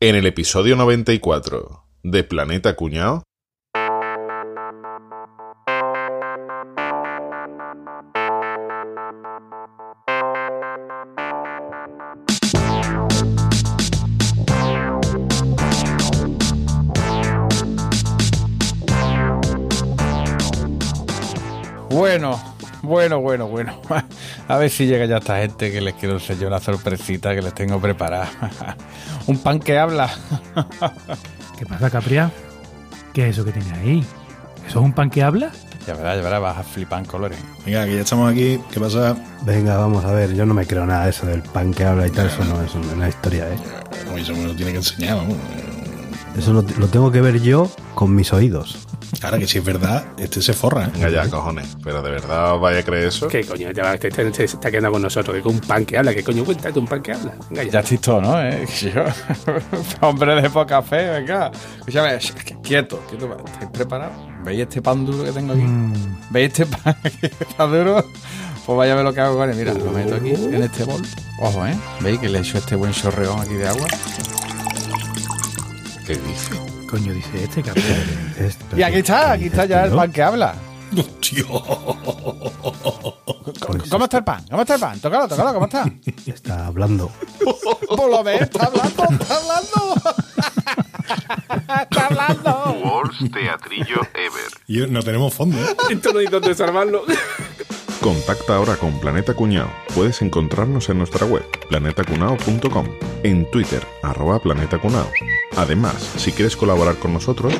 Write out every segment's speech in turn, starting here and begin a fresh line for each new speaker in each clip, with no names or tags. En el episodio 94 de Planeta Cuñado.
Bueno, bueno, bueno, bueno. A ver si llega ya esta gente que les quiero enseñar una sorpresita que les tengo preparada. Un pan que habla.
¿Qué pasa, Capria? ¿Qué es eso que tiene ahí? ¿Eso es un pan que habla?
Ya verás, ya verás, vas a flipar en colores.
Venga, que ya estamos aquí. ¿Qué pasa?
Venga, vamos a ver, yo no me creo nada de eso del pan que habla y tal, eso no es una historia, ¿eh?
Uy, eso me lo tiene que enseñar. vamos.
Eso lo, lo tengo que ver yo con mis oídos.
Ahora que si es verdad, este se forra. ¿eh?
Venga ya, cojones. ¿Pero de verdad os vais a creer eso?
¿Qué coño? Ya va, este, este- este se está quedando con nosotros. Que con un pan que habla. ¿Qué coño cuenta que un pan que habla? Venga,
Ya
ya.
estoy todo, ¿no? ¿Eh? Yo- hombre de poca fe, venga. Escúchame, sh- quieto, quieto. ¿Estáis preparados? ¿Veis este pan duro que tengo aquí? ¿Veis este pan que está duro? Pues vaya a ver lo que hago con él. Mira, lo meto aquí en este bol. Ojo, ¿eh? ¿Veis que le he hecho este buen chorreón aquí de agua?
¿Qué dices?
Coño, dice este, Capria.
Es- pero
Y aquí
¿qué-
está,
qué
aquí está
dices,
ya el
tío?
pan que habla.
Tío.
¿Cómo, cómo está el pan? ¿Cómo está el pan? Tócalo, tócalo, ¿cómo está?
Está hablando.
Por lo menos está hablando, está hablando. está hablando.
Walls Teatrillo Ever.
Yo- no tenemos fondo. ¿eh?
Esto no hay dónde salvarlo.
Contacta ahora con Planeta Cuñado. Puedes encontrarnos en nuestra web, planetacunao.com, en Twitter, arroba Planeta Cunao. Además, si quieres colaborar con nosotros,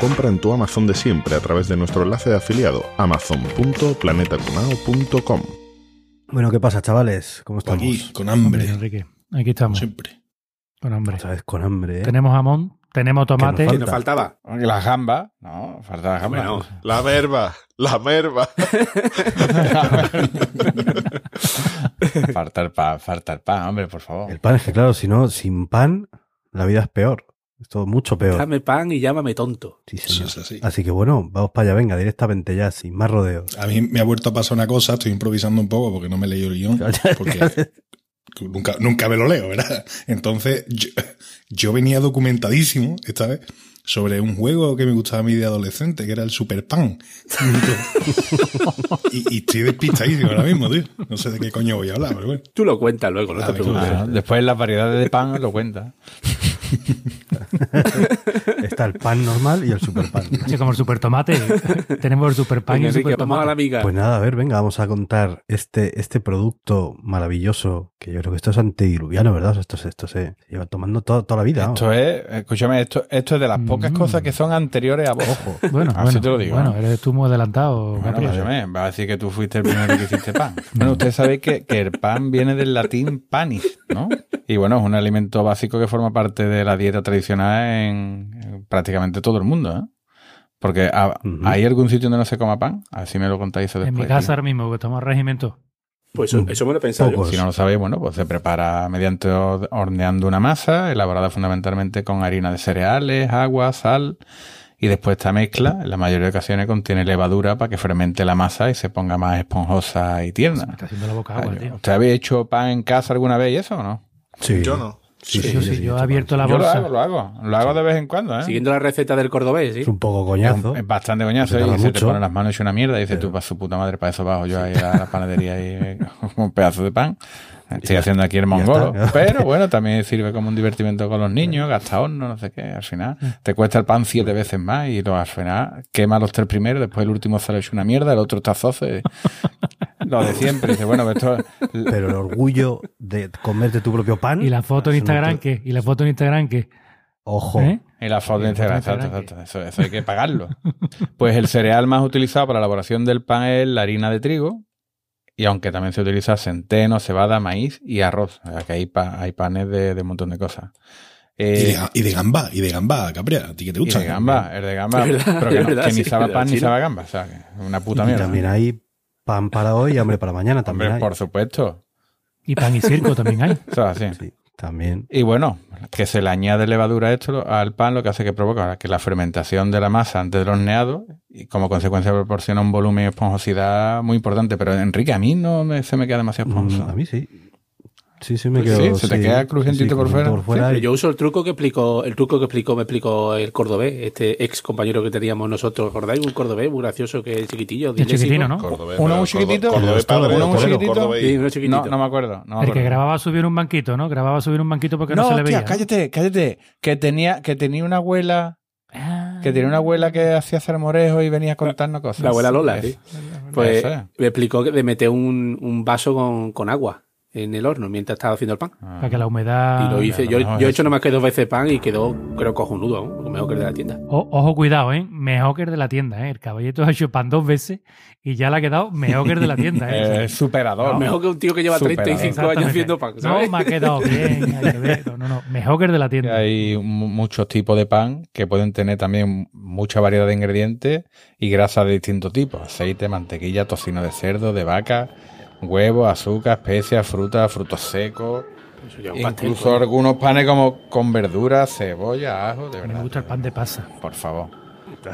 compra en tu Amazon de siempre a través de nuestro enlace de afiliado, amazon.planetacunao.com.
Bueno, ¿qué pasa, chavales? ¿Cómo estamos?
Aquí, con
Hombre,
hambre.
Enrique.
Como
Aquí estamos,
siempre.
con hambre.
Otra vez con hambre, ¿eh?
Tenemos jamón, tenemos tomate.
Que
falta?
nos faltaba.
Aunque las gambas, no, falta las gambas.
Bueno,
La merva, la merva.
falta el pan, falta el pan, hombre, por favor.
El pan es que, claro, si no, sin pan, la vida es peor. Es todo mucho peor.
dame pan y llámame tonto.
Sí,
Eso
señor.
es así.
Así que bueno, vamos para allá, venga, directamente ya, sin más rodeos.
A mí me ha vuelto a pasar una cosa. Estoy improvisando un poco porque no me he leído el guión. Porque nunca, nunca me lo leo, ¿verdad? Entonces, yo, yo venía documentadísimo esta vez sobre un juego que me gustaba a mí de adolescente, que era el Super Pan. y, y estoy despistadísimo ahora mismo, tío. No sé de qué coño voy a hablar, pero bueno.
Tú lo cuentas luego, no
Ah,
te
venga,
preocupes.
Ah, después las variedades de pan lo cuenta.
Está el pan normal y el super pan.
Sí, como el super tomate. tenemos el super pan
Venga,
y el
Enrique,
super
vamos a la
tomate.
amiga.
Pues nada, a ver, venga, vamos a contar este, este producto maravilloso, que yo creo que esto es antidiluviano, ¿verdad? O sea, esto, se- esto se lleva tomando to- toda la vida. vamos.
Esto es, escúchame, esto, esto es de las pocas
Mm.
cosas que son anteriores a vos.
Bueno,
Así
bueno,
te lo digo.
bueno,
¿eh?
eres tú muy adelantado,
Bueno, pues
Capria.
escúchame, va a decir que tú fuiste el primero que hiciste pan. Bueno, ustedes saben que, que el pan viene del latín panis, ¿no? Y bueno, es un alimento básico que forma parte de la dieta tradicional en, en prácticamente todo el mundo, ¿eh? Porque ah,
Ujú.
¿hay algún sitio donde no se coma pan? Así me lo contáis después.
en mi
tío.
casa ahora mismo, que estamos en regimiento.
Pues eso, eso me lo he pensado yo.
Poco.
Si no lo sabéis, bueno, pues se prepara mediante hor- horneando una masa, elaborada fundamentalmente con harina de cereales, agua, sal, y después esta mezcla, en la mayoría de ocasiones, contiene levadura para que fermente la masa y se ponga más esponjosa y
Me
tierna.
está haciendo la boca agua, Ah, tío.
¿Usted habéis hecho pan en casa alguna vez y eso o no?
Sí.
Yo no.
Sí, sí,
yo, sí,
sí,
yo he
sí,
abierto la
Yo lo
bolsa.
hago, lo hago. Lo hago de vez en cuando, ¿eh?
Siguiendo la receta del cordobés, ¿sí?
Es un poco coñazo.
Em,
Es, es bastante coñazo y
Se tarda
se te
mucho.
ponen las manos hecho una mierda y dices
Pero-
tú, para su puta madre, para eso bajo yo ahí a la panadería y eh, un pedazo de pan. Estoy haciendo aquí el mongolo.
está.
Pero bueno, también sirve como un divertimento con los niños, gasta horno, no sé qué. Al final
Mm.
te cuesta el pan siete veces más y lo, al final quema los tres primeros, después el último sale hecho una mierda, el otro está zoce. Lo de siempre. Dice, bueno, pues esto
Pero el orgullo de comerte tu propio pan.
Y la foto en
eso no te-
Instagram, ¿qué? Y la foto en Instagram, ¿qué?
Ojo.
¿Eh?
Y la foto de
Y la
Instagram,
foto de
exacto,
Instagram,
exacto. Eso, eso hay que pagarlo. Pues el cereal más utilizado para la elaboración del pan es la harina de trigo. Y aunque también se utiliza centeno, cebada, maíz y arroz. O sea, que hay, pa- hay panes de, de un montón de cosas. Eh,
Y de, ga- y de gamba, y de gamba, Capria. ¿A ti que te
y
gusta?
de gamba, el de gamba.
Es verdad,
pero que,
es
no-
verdad,
que ni
sí,
sabe
la
pan ni
china.
sabe gamba. O sea, que una puta
Y
mierda.
también hay pan para hoy y hambre para mañana. También
Hombre,
hay.
por supuesto.
Y pan y circo también hay.
Eso es así.
Sí, también.
Y bueno, que se le añade levadura a esto lo- al pan, lo que hace que provoca que la fermentación de la masa antes del horneado y como consecuencia proporciona un volumen y esponjosidad muy importante. Pero Enrique, a mí no me- se me queda demasiado
Mm,
esponjoso.
a mí sí. Sí, sí, me
Pues Sí,
quedó.
se te queda crujientito por fuera.
por fuera.
Pero
y-
yo uso el truco que explicó, el truco que explicó, me explicó el cordobés, este ex compañero que teníamos nosotros, ¿recordáis? Un cordobés muy gracioso que es chiquitillo,
El
disléxico.
chiquitino, ¿no?
Cordobés,
Uno
pero Cordo-
muy chiquitito.
Cordobés padre,
Uno muy
Cordobés,
chiquitito.
Cordobés.
Sí, uno chiquitito.
No, no me acuerdo. No, me
El que
acuerdo.
grababa subir un banquito, ¿no? Grababa subir un banquito porque no, se le
hostia,
veía. ¿no?
cállate, cállate. Que tenía, que tenía una abuela,
Ah.
que tenía una abuela que hacía salmorejo y venía a contarnos cosas.
la abuela Lola,
Es-
sí. Pues
Eso es.
me explicó que de meter un, un vaso con, con agua en el horno mientras estaba haciendo el pan.
Para que la humedad.
y lo hice.
Ah, lo
Yo,
mejor
yo he
es
hecho nomás que dos veces pan y quedó, creo, cojonudo, ¿no? lo mejor que el de la tienda.
O- ojo, cuidado, ¿eh? Mejor que el de la tienda, ¿eh? El caballito ha hecho pan dos veces y ya le ha quedado mejor que el de la tienda, ¿eh? O sea,
Eh, superador.
No.
Mejor que un tío que lleva
Superado.
35 años
exactamente.
haciendo pan, ¿sabes?
No, me ha quedado bien. hay que ver. No, no, no. Mejor que el de la
Que
tienda.
Hay mu- muchos tipos de pan que pueden tener también mucha variedad de ingredientes y grasas de distintos tipos. Aceite, mantequilla, tocino de cerdo, de vaca, huevos, azúcar, especias, frutas, frutos secos.
Eso ya es un pastel,
Incluso
coño.
algunos panes como con verduras, cebolla, ajo, de verdad.
Me gusta el pan de pasa.
Por favor.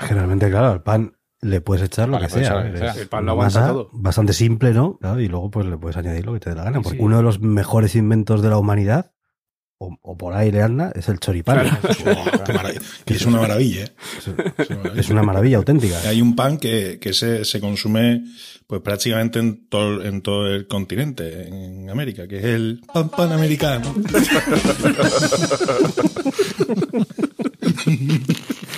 Generalmente, claro, al pan le puedes echar lo
Vale,
que
puedes
sea.
echar lo que
Es
sea.
El pan lo
una
aguanta
masa
todo.
Bastante simple, ¿no? Claro, Y luego pues le puedes añadir lo que te dé la gana.
Sí,
Porque
sí.
uno de los mejores inventos de la humanidad, o, o por ahí le anda, es el choripán.
Oh, qué maravilla. Y es una maravilla, ¿eh?
Es-
Es una maravilla.
Es una maravilla auténtica.
Hay un pan que, que se, se consume pues prácticamente en todo, en todo el continente, en América, que es el pan pan americano.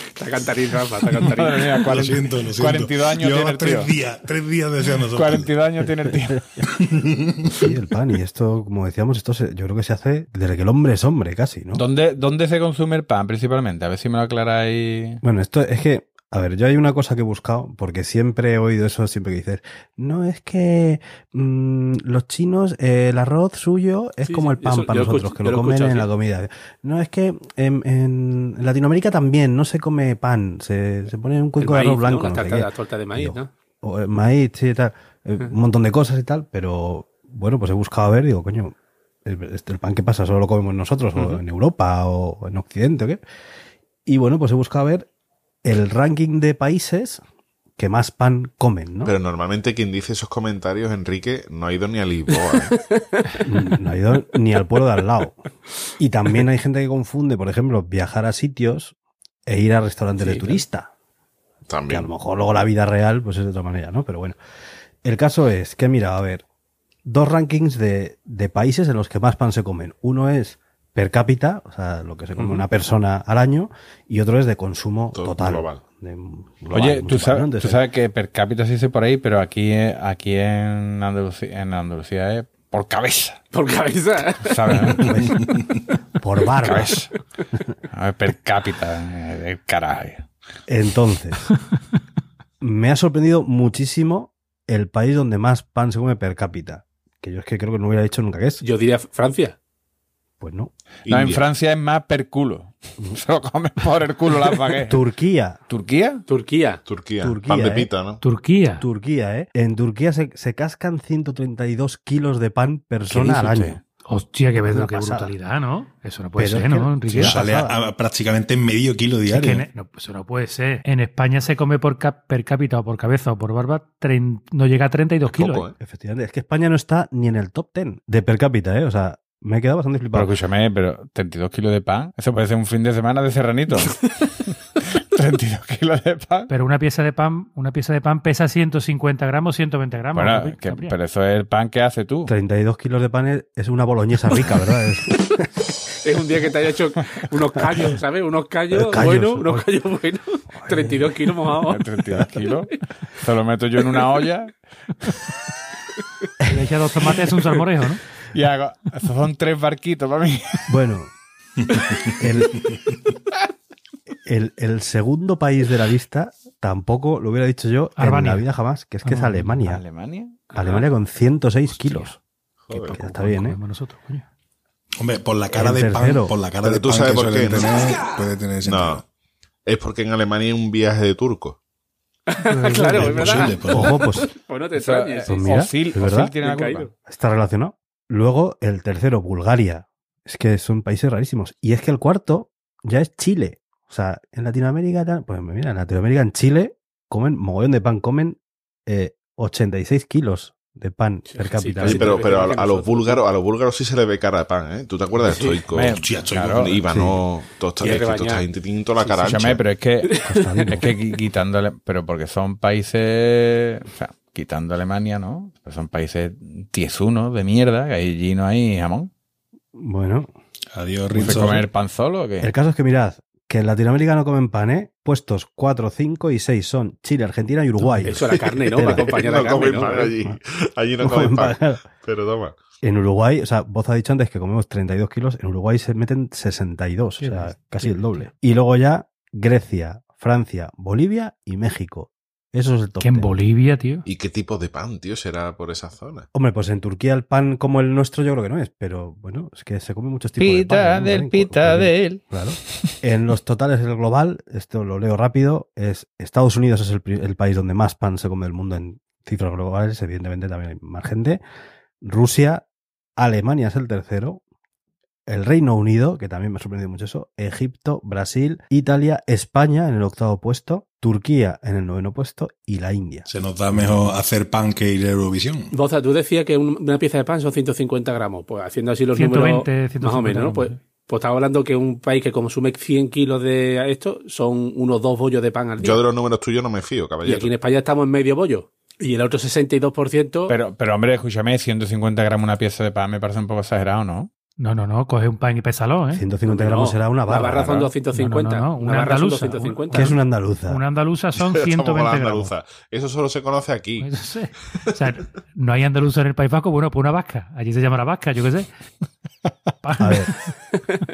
Está cantarín, Rafa, está cantarín.
Madre mía,
Lo
40
siento, lo siento.
42 años
Llevaba
tiene el tío.
tres días, tres días deseando eso.
42 años tiene el tío.
Sí, el pan. Y esto, como decíamos, esto se- yo creo que se hace desde que el hombre es hombre, casi, ¿no?
¿Dónde, ¿Dónde se consume el pan principalmente? A ver si me lo aclaráis.
Bueno, esto es que, a ver, yo hay una cosa que he buscado, porque siempre he oído eso, siempre que dices, no es que mm, los chinos, eh, el arroz suyo es
Sí,
como
sí,
el pan
eso-
para
yo lo
nosotros,
escucho-
que lo,
yo lo
comen
escucho,
en
sí.
la comida. No es que en, en Latinoamérica también no se come pan, se, se pone un
El
cuenco de arroz
maíz, ¿no?
blanco,
Las
no sé
tartas-
qué.
las tortas de maíz,
Digo,
¿no?
o el maíz, sí, y tal, eh, un montón de cosas y tal, pero bueno, pues he buscado a ver, digo, coño, el, este, el pan que pasa, solo lo comemos nosotros, o en Europa, o en Occidente, ¿o qué? Y bueno, pues he buscado a ver el ranking de países que más pan comen, ¿no?
Pero normalmente quien dice esos comentarios, Enrique, no ha ido ni a Lisboa. ¿eh?
No ha ido ni al pueblo de al lado. Y también hay gente que confunde, por ejemplo, viajar a sitios e ir a restaurantes de
Sí, claro.
turista. Que a
pues,
También.
lo mejor luego la vida real pues es de otra manera, ¿no? Pero bueno. El caso es que, mira, a ver, dos rankings de, de países en los que más pan se comen. Uno es per cápita, o sea, lo que se come una persona al año, y otro es de consumo
To-
total.
global.
De- global,
Oye,
mucho
tú
pan,
sabes,
¿no?
tú
Entonces,
sabes que per cápita se dice por ahí, pero aquí, eh, aquí en, Andalucía, en Andalucía es por cabeza.
Por cabeza.
¿Sabes? no?
por barba.
cabeza. A ver, per cápita, eh, el carajo.
Entonces, me ha sorprendido muchísimo el país donde más pan se come per cápita. Que yo es que creo que no hubiera dicho nunca que es.
Yo diría Francia.
Pues no.
No, en
India.
Francia es más per culo. Se lo comen por el culo las baguettes.
Turquía.
¿Turquía?
Turquía.
Turquía.
Turquía,
Pan de
¿eh?
pita, ¿no?
Turquía.
Turquía, ¿eh? En Turquía se, se cascan 132 kilos de pan persona
dice
al
usted?
año.
Hostia, qué,
Una
bedo- qué
pasada.
brutalidad, ¿no? Eso no puede
Pero
ser,
es que-
¿no,
Sí,
Enrique?
Eso
una
sale a,
pasada.
a prácticamente medio kilo
Es
diario.
que en- e- no, eso no puede ser. En España se come por cap- per cápita o por cabeza o por barba, tren- no llega a 32 kilos.
Poco,
¿eh?
¿eh?
Efectivamente, es que España no está ni en el top 10 de per cápita, ¿eh? O sea, me he quedado bastante
Pero
flipado.
escúchame, pero 32 kilos de pan, eso puede ser un fin de semana de serranito. 32 kilos de pan.
Pero una pieza de pan, una pieza de pan pesa 150 gramos, 120 gramos.
Bueno,
¿no?
que-
Gabriel.
pero eso es el pan que haces tú.
32 kilos de pan es, es una boloñesa rica, ¿verdad? Es-
Es un día que te haya hecho unos callos, ¿sabes? Unos callos,
Callos,
buenos, unos
oye.
callos buenos. 32 kilos mojados.
32 kilos. Se lo meto yo en una olla
Le echa dos tomates, es un salmorejo, ¿no?
y hago. Esos son tres barquitos para mí.
Bueno, el, el- el segundo país de la lista tampoco lo hubiera dicho yo en
Albania.
la vida jamás, que es que es
Ah,
Alemania.
¿Alemania?
Alemania con 106 kilos.
Joder.
Que está bien, ¿eh?
Comemos Pues nosotros, coño.
Hombre, por la cara
El
de pan,
tercero.
por la cara
Pero
de
tú
pan
sabes
que
por
suelen
qué, ¿no?
tener, puede tener sentido.
No. Es porque en Alemania hay un viaje de turco.
Ah,
claro, es verdad.
Imposible, por-
Ojo, pues
Pues no te
Eso,
extrañes.
eh,
Pues mira,
Osil-
es verdad.
Osil tiene la
Me he caído.
culpa.
está relacionado. Luego, el tercero, Bulgaria. Es que son países rarísimos. Y es que el cuarto ya es Chile. O sea, en Latinoamérica, tal- pues mira, en Latinoamérica, en Chile, comen mogollón de pan, comen eh, 86 kilos de pan per cápita.
Ah, Sí,
Sí, pero,
pero
pero a,
que
a los
nosotros.
búlgaros, a los búlgaros sí se le ve cara de pan, ¿eh? ¿Tú te acuerdas de Stoico?
Bueno,
Hostia, Stoico
claro.
con Ivano, toda esta-
Y
es que toda esta
rebañar.
gente tiene toda la cara
Escúchame,
ancha.
pero es que, es que qui- quitándole, pero porque son países, o sea, quitando Alemania, ¿no? Pero son países tiesunos de mierda, que allí no hay jamón.
Bueno,
Adiós,
¿Se
Rizzo.
comer pan solo o qué?
el caso es que mirad, que en Latinoamérica no comen pan, ¿eh? Puestos 4, 5 y 6 son Chile, Argentina y Uruguay.
Eso la carne, ¿no?
Tela.
Para acompañar la
No
carne,
comen
¿no?
pan allí. Allí no
No comen
comen pan.
pan.
Pero toma.
En Uruguay, o sea, vos has dicho antes que comemos 32 kilos, en Uruguay se meten 62, o
Sí,
sea,
sí.
casi el doble. Y luego ya Grecia, Francia, Bolivia y México. Eso es el top.
Que en
ten.
Bolivia, tío.
¿Y qué tipo de pan, tío, será por esa zona?
Hombre, pues en Turquía el pan como el nuestro yo creo que no es, pero bueno, es que se come muchos tipos de pan.
Pita
¿no?
del,
También, pues,
pita
con-
del.
Claro. En los totales del global, esto lo leo rápido, es Estados Unidos es el, pri- el país donde más pan se come del mundo en cifras globales, evidentemente también hay más gente. Rusia, Alemania es el tercero, el Reino Unido, que también me ha sorprendido mucho eso, Egipto, Brasil, Italia, España en el octavo puesto, Turquía en el noveno puesto y la India.
Se nos da mejor hacer pan que ir a Eurovisión.
Boza, tú decías que un- una pieza de pan son 150 gramos. Pues haciendo así los
120,
números.
150
más o menos, ¿no?
gramos,
Pues,
sí.
pues estaba hablando que un país que consume 100 kilos de esto son unos dos bollos de pan al día.
Yo de los números tuyos no me fío,
y
caballero.
aquí en España estamos en medio bollo. Y el otro 62%.
Pero, pero hombre, escúchame, 150 gramos una pieza de pan me parece un poco exagerado, ¿no?
No, no, no, coge un pan y pésalo, ¿eh?
150 gramos
será
será una barra.
La barra son
¿no?
250.
No, no, no, una
la barra son
andaluza,
250.
que es una andaluza.
Una andaluza son
Estamos con la
120 gramos.
andaluza. Eso solo se conoce aquí.
Pues, no sé. O sea, no hay andaluza en el País Vasco, bueno, pues una vasca. Allí se llama la vasca, yo qué sé. Pan.
A ver,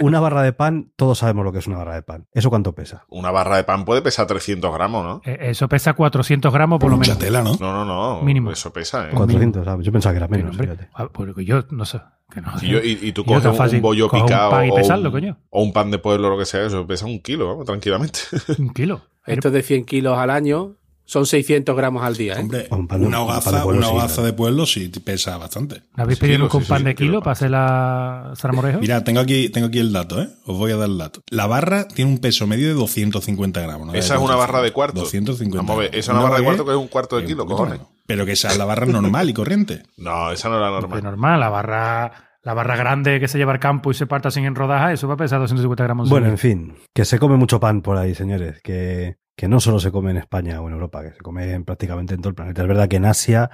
una barra de pan, todos sabemos lo que es una barra de pan. ¿Eso cuánto pesa?
Una barra de pan puede pesar 300 gramos, ¿no?
Eh, Eso pesa 400 gramos por lo
Mucha
menos.
tela, ¿no?
No, no, no.
Mínimo.
Eso pesa, ¿eh?
Con-
400, ¿sabes? ah, Yo pensaba que era
Que
menos.
no, hombre.
fíjate.
Ah, pues yo no sé. que no sé.
Y, yo- y- y tú
Y no
coges
tan
un,
fácil.
un bollo
Coge un
picado
pan y
o,
pesadlo,
un,
coño.
o un pan de pueblo, lo que sea, eso pesa un kilo, vamos, tranquilamente.
Un kilo.
Esto es de 100 kilos al año son 600 gramos al día. ¿eh?
Hombre,
Un pan de-
una
un pan de
hogaza,
pueblo,
una
sí,
hogaza
claro.
de pueblo sí pesa bastante.
¿No habéis
Sí,
pedido
kilo,
nunca un
sí,
pan
sí,
de
kilo,
kilo para hacer la salmorejo?
Mira, tengo aquí, tengo aquí el dato, ¿eh? Os voy a dar el dato. La barra tiene un peso medio de 250 gramos. ¿no?
Esa es una
250.
barra de cuarto.
250.
Vamos a ver,
gramos.
esa es una barra de cuarto que
baguette,
es un cuarto de
eh,
kilo,
un poquito
cojones.
menos. Pero que esa es la barra normal y corriente.
No, esa no era
Normal.
normal.
normal, la barra, la barra grande que se lleva al campo y se parta sin en rodajas, eso va a pesar 250 gramos.
Bueno, en fin, que se come mucho pan por ahí, señores. Que, que no solo se come en España o en Europa, que se come en prácticamente en todo el planeta. Es verdad que en Asia,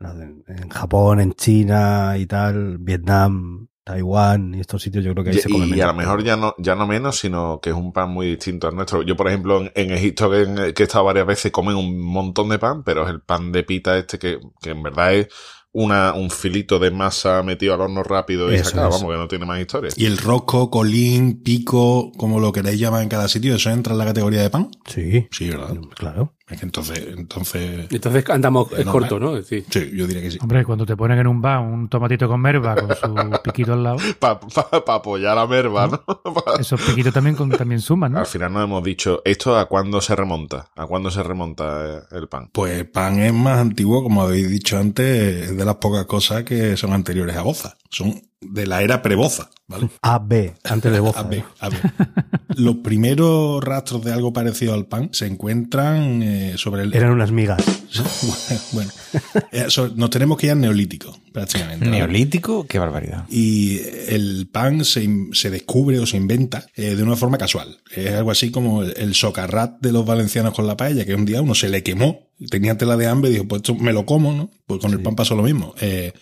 la de- en Japón, en China y tal, Vietnam, Taiwán y estos sitios, yo creo que ahí se come
Y, y a lo
menos.
mejor ya no, ya no menos, sino que es un pan muy distinto al nuestro. Yo, por ejemplo, en, en Egipto, que, en- que he estado varias veces, comen un montón de pan, pero es el pan de pita este que, que en verdad es una, un filito de masa metido al horno rápido y
Eso
sacado.
es.
Vamos, que no tiene más historia.
Y el rosco, colín, pico, como lo queréis llamar en cada sitio, ¿eso entra en la categoría de pan?
Sí,
Sí, ¿verdad?
claro.
Es que entonces, entonces.
Entonces andamos es
Normal.
corto, ¿no? Es decir,
Sí, yo diría que sí.
Hombre, cuando te ponen en un bar un tomatito con merva con su piquito al lado,
Para apoyar a Merva, ¿no? Pa-
esos piquitos también, con, también suman, ¿no?
Al final nos hemos dicho, ¿esto a cuándo se remonta? ¿A cuándo se remonta eh, el pan?
Pues pan es más antiguo, como habéis dicho antes, es de las pocas cosas que son anteriores a Boza. Son de la era preboza, ¿vale?
AB, antes de boza.
A ver,
¿eh?
a ver. Los primeros rastros de algo parecido al pan se encuentran eh, sobre el.
Eran unas migas.
bueno, eh, sobre- nos tenemos que ir al neolítico, prácticamente. ¿vale?
Neolítico, qué barbaridad.
Y el pan se, in- se descubre o se inventa eh, de una forma casual. Es algo así como el, el socarrat de los valencianos con la paella, que un día uno se le quemó, tenía tela de hambre y dijo, pues esto me lo como, ¿no? Pues con el pan pasó lo mismo. Eh,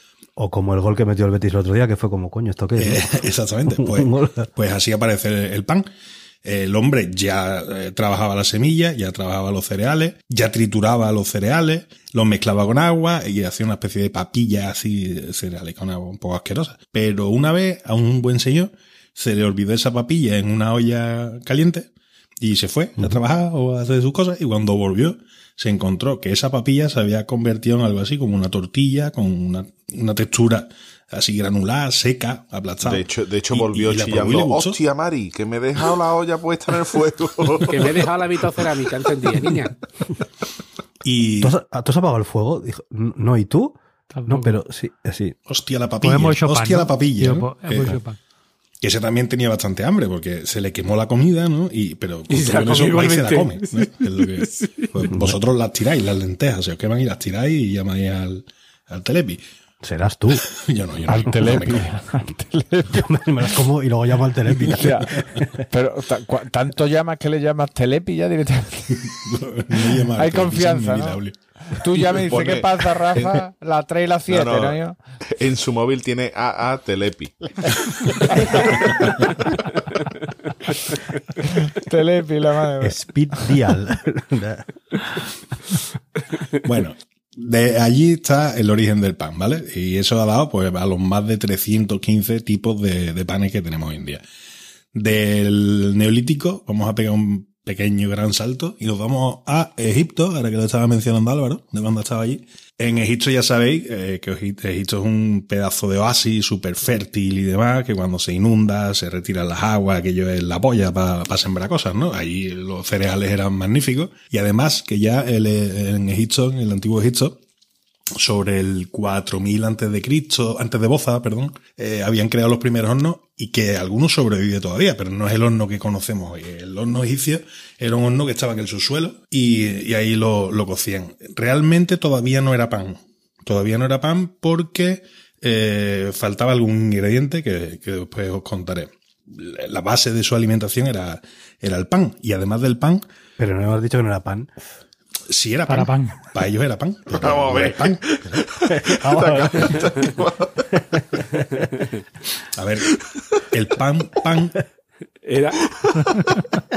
O como el gol que metió el Betis el otro día, que fue como, coño, ¿esto qué es? no?".
eh, exactamente. Pues,
Un gol.
pues así aparece el pan. El hombre ya eh, trabajaba las semillas, ya trabajaba los cereales, ya trituraba los cereales, los mezclaba con agua y hacía una especie de papilla así, eh, cereales con agua un poco asquerosa. Pero una vez a un buen señor se le olvidó esa papilla en una olla caliente y se fue a trabajar o a hacer sus cosas y cuando volvió se encontró que esa papilla se había convertido en algo así como una tortilla con una, una textura así granular, seca, aplastada.
De hecho, de hecho
Y-
volvió
y la probó y le
chillando.
gustó.
Hostia, Mari, que me he dejado la olla puesta en el fuego.
que me he dejado la mitad cerámica encendida, niña.
Y
¿Tú has, ah, tú has apagado el fuego? Dijo, no, ¿y tú? No,
Tampoco.
pero sí, eh, sí.
hostia la
Pues
papilla.
hemos hecho pan.
hostia
¿no?
la papilla.
Digo,
¿no?
pues hemos
Eh,
hecho pan.
que ese también tenía bastante hambre porque se le quemó la comida, ¿no? Y, pero
Y se la
con eso
comió
va y se la come.
igualmente.
¿no? Es lo que- pues vosotros las tiráis, las lentejas, se os queman y las tiráis y llamáis al, al Telepi.
Serás tú.
Yo no, yo no.
Al
no me
telepi.
como.
Al telepi.
me, me las como y luego llamo al telepi.
O sea, pero ta- cua- tanto llamas que le llamas telepi ya directamente.
Ni llamar,
Hay
creo que sea en mi
confianza,
vida,
¿no?
Uli.
Tú ya me dices,
Ponle-
¿qué pasa, Rafa? La 3 y la 7,
No,
¿no?
no.
yo?
En su móvil tiene AA Telepi.
Telepi, la madre.
Speed Dial.
Bueno, de allí está el origen del pan, ¿vale? Y eso ha dado pues a los más de 315 tipos de, de panes que tenemos hoy en día. Del neolítico vamos a pegar un pequeño gran salto y nos vamos a Egipto, ahora que lo estaba mencionando Álvaro, de cuando estaba allí. En Egipto ya sabéis eh, que Egip- Egipto es un pedazo de oasis súper fértil y demás, que cuando se inunda se retiran las aguas, aquello es la polla para sembrar cosas, ¿no? Ahí los cereales eran magníficos. Y además que ya el, eh, en Egipto, en el antiguo Egipto, sobre el 4000 antes de Cristo, antes de Boza, perdón, eh, habían creado los primeros hornos y que algunos sobrevive todavía, pero no es el horno que conocemos hoy. El horno egipcio era un horno que estaba en el subsuelo y, y ahí lo, lo cocían. Realmente todavía no era pan. Todavía no era pan porque eh, faltaba algún ingrediente que, que después os contaré. La la base de su alimentación era, era el pan y además del pan,
Pero no hemos dicho que no era pan.
si era
Para pan.
Para ellos era pan. pero
Vamos a
no era
ver.
pan. Ah, A ver, el pan, pan,
Era,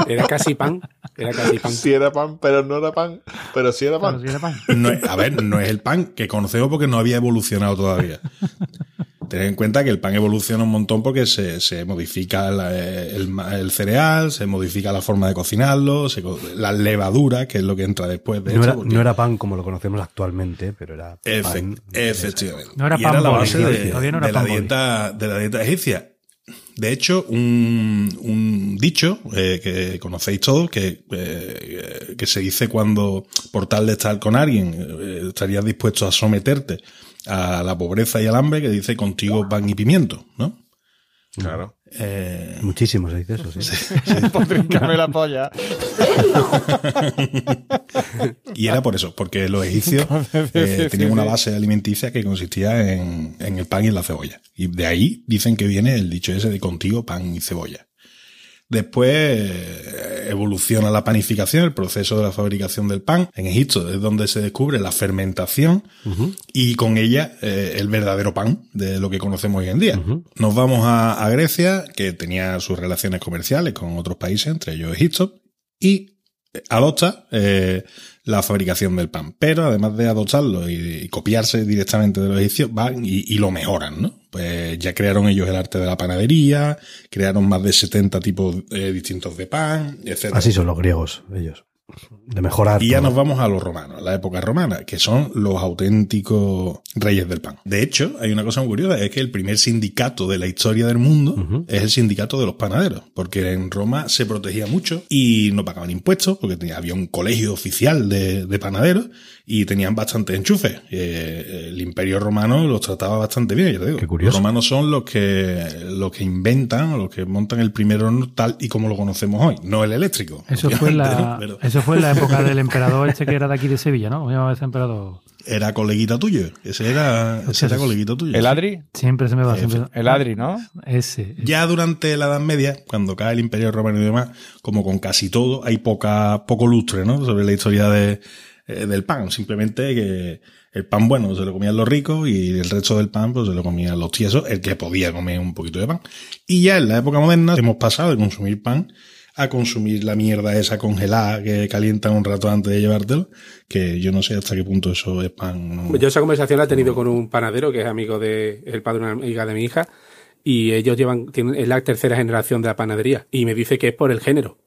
era casi pan. Era casi pan.
Si era pan, pero no era pan. Pero si era
Pero
pan.
si era pan.
no es- a ver, no es el pan que conocemos porque no había evolucionado todavía. Tened en cuenta que el pan evoluciona un montón porque se, se modifica la- eh, el, ma- el cereal, se modifica la forma de cocinarlo, se, co- la levadura, que es lo que entra después de
No
hecho,
era,
porque-
no era pan como lo conocemos actualmente, pero era
Efe-
pan. eh,
efectivamente.
No era
y
pan
era la
boli,
base de,
todavía no era
de la
pan boli.
dieta, de la dieta egipcia. De hecho, un, un dicho eh, que conocéis todos, que, eh, que se dice cuando por tal de estar con alguien, eh, estarías dispuesto a someterte a la pobreza y al hambre, que dice contigo pan y pimiento, ¿no?
Claro.
Eh,
Muchísimo se dice eso, sí.
Podríncame la polla.
Y era por eso, porque los egipcios eh,
sí,
tenían
sí.
una base alimenticia que consistía en, en el pan y en la cebolla. Y de ahí dicen que viene el dicho ese de contigo pan y cebolla. Después eh, evoluciona la panificación, el proceso de la fabricación del pan. En Egipto es donde se descubre la fermentación y con ella eh, el verdadero pan de lo que conocemos hoy en día. Nos vamos a, a Grecia, que tenía sus relaciones comerciales con otros países, entre ellos Egipto, y adopta eh, la fabricación del pan. Pero además de adoptarlo y, y copiarse directamente de los egipcios, van y, y lo mejoran, ¿no? Pues ya crearon ellos el arte de la panadería, crearon más de 70 tipos eh, distintos de pan, etc.
Así son los griegos, ellos. De mejorar.
Y ya
todo.
nos vamos a los romanos, la época romana, que son los auténticos reyes del pan. De hecho, hay una cosa muy curiosa, es que el primer sindicato de la historia del mundo
Ujú.
es el sindicato de los panaderos, porque en Roma se protegía mucho y no pagaban impuestos, porque tenía- había un colegio oficial de, de panaderos y tenían bastantes enchufes. Eh, el imperio romano los trataba bastante bien, ya te digo.
Qué curioso.
Los romanos son los que, los que inventan, los que montan el primer horno tal y como lo conocemos hoy, no el eléctrico.
Eso fue, en
obviamente,
la,
¿no? Pero-
eso fue en la época del emperador este que era de aquí de Sevilla, ¿no? ¿Cómo se llamaba ese emperador?
Era coleguita tuyo. Ese era, ese era coleguita tuyo.
¿El Adri?
Siempre se me va. Siempre...
El Adri, ¿no?
Ese.
Ya durante la Edad Media, cuando cae el Imperio Romano y demás, como con casi todo, hay poca, poco lustre, ¿no? Sobre la historia de, eh, del pan. Simplemente que el pan bueno se lo comían los ricos y el resto del pan pues se lo comían los tiesos, el que podía comer un poquito de pan. Y ya en la época moderna hemos pasado de consumir pan a consumir la mierda esa congelada que calienta un rato antes de llevártelo, que yo no sé hasta qué punto eso es pan. ¿no?
Yo esa conversación la he tenido con un panadero que es amigo de el padre de una amiga de mi hija y ellos llevan tienen, es la tercera generación de la panadería y me dice que es por el género.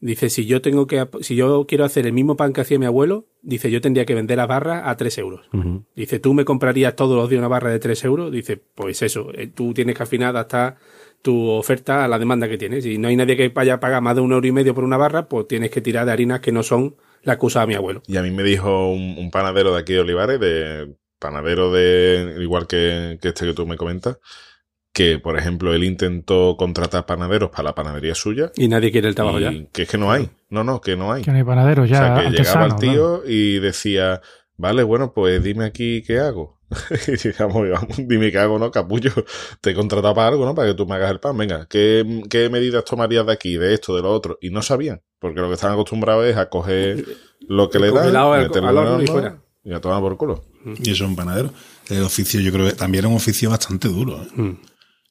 Dice si yo tengo que ap- si yo quiero hacer el mismo pan que hacía mi abuelo, dice yo tendría que vender la barra a 3 euros.
Ujú.
Dice tú me comprarías todos los días una barra de 3 euros. Dice pues eso, eh, tú tienes que al final adaptar tu oferta a la demanda que tienes. Si no hay nadie que vaya a pagar más de un euro y medio por una barra, pues tienes que tirar de harinas que no son las que usaba mi abuelo.
Y a mí me dijo un, un panadero de aquí de Olivares, de panadero de igual que, que este que tú me comentas, que por ejemplo él intentó contratar panaderos para la panadería suya.
Y nadie quiere el trabajo
y
ya.
Que es que no hay. No, no, que no hay.
Que no hay panaderos
o
ya.
sea, que llegaba
artesanos,
el tío y decía, vale, bueno, pues dime aquí qué hago. Y digamos, vamos, dime qué hago, ¿no? Capullo, te he contratado para algo, ¿no? Para que tú me hagas el pan. Venga, ¿qué, qué medidas tomarías de aquí, de esto, de lo otro? Y no sabían, porque lo que están acostumbrados es a coger lo que le dan,
Congelado al-
meterlo
al
en el
horno y
horno
fuera.
y a tomar por culo.
Y eso es un panadero. El oficio, yo creo que también era un oficio bastante duro. ¿eh?
Mm.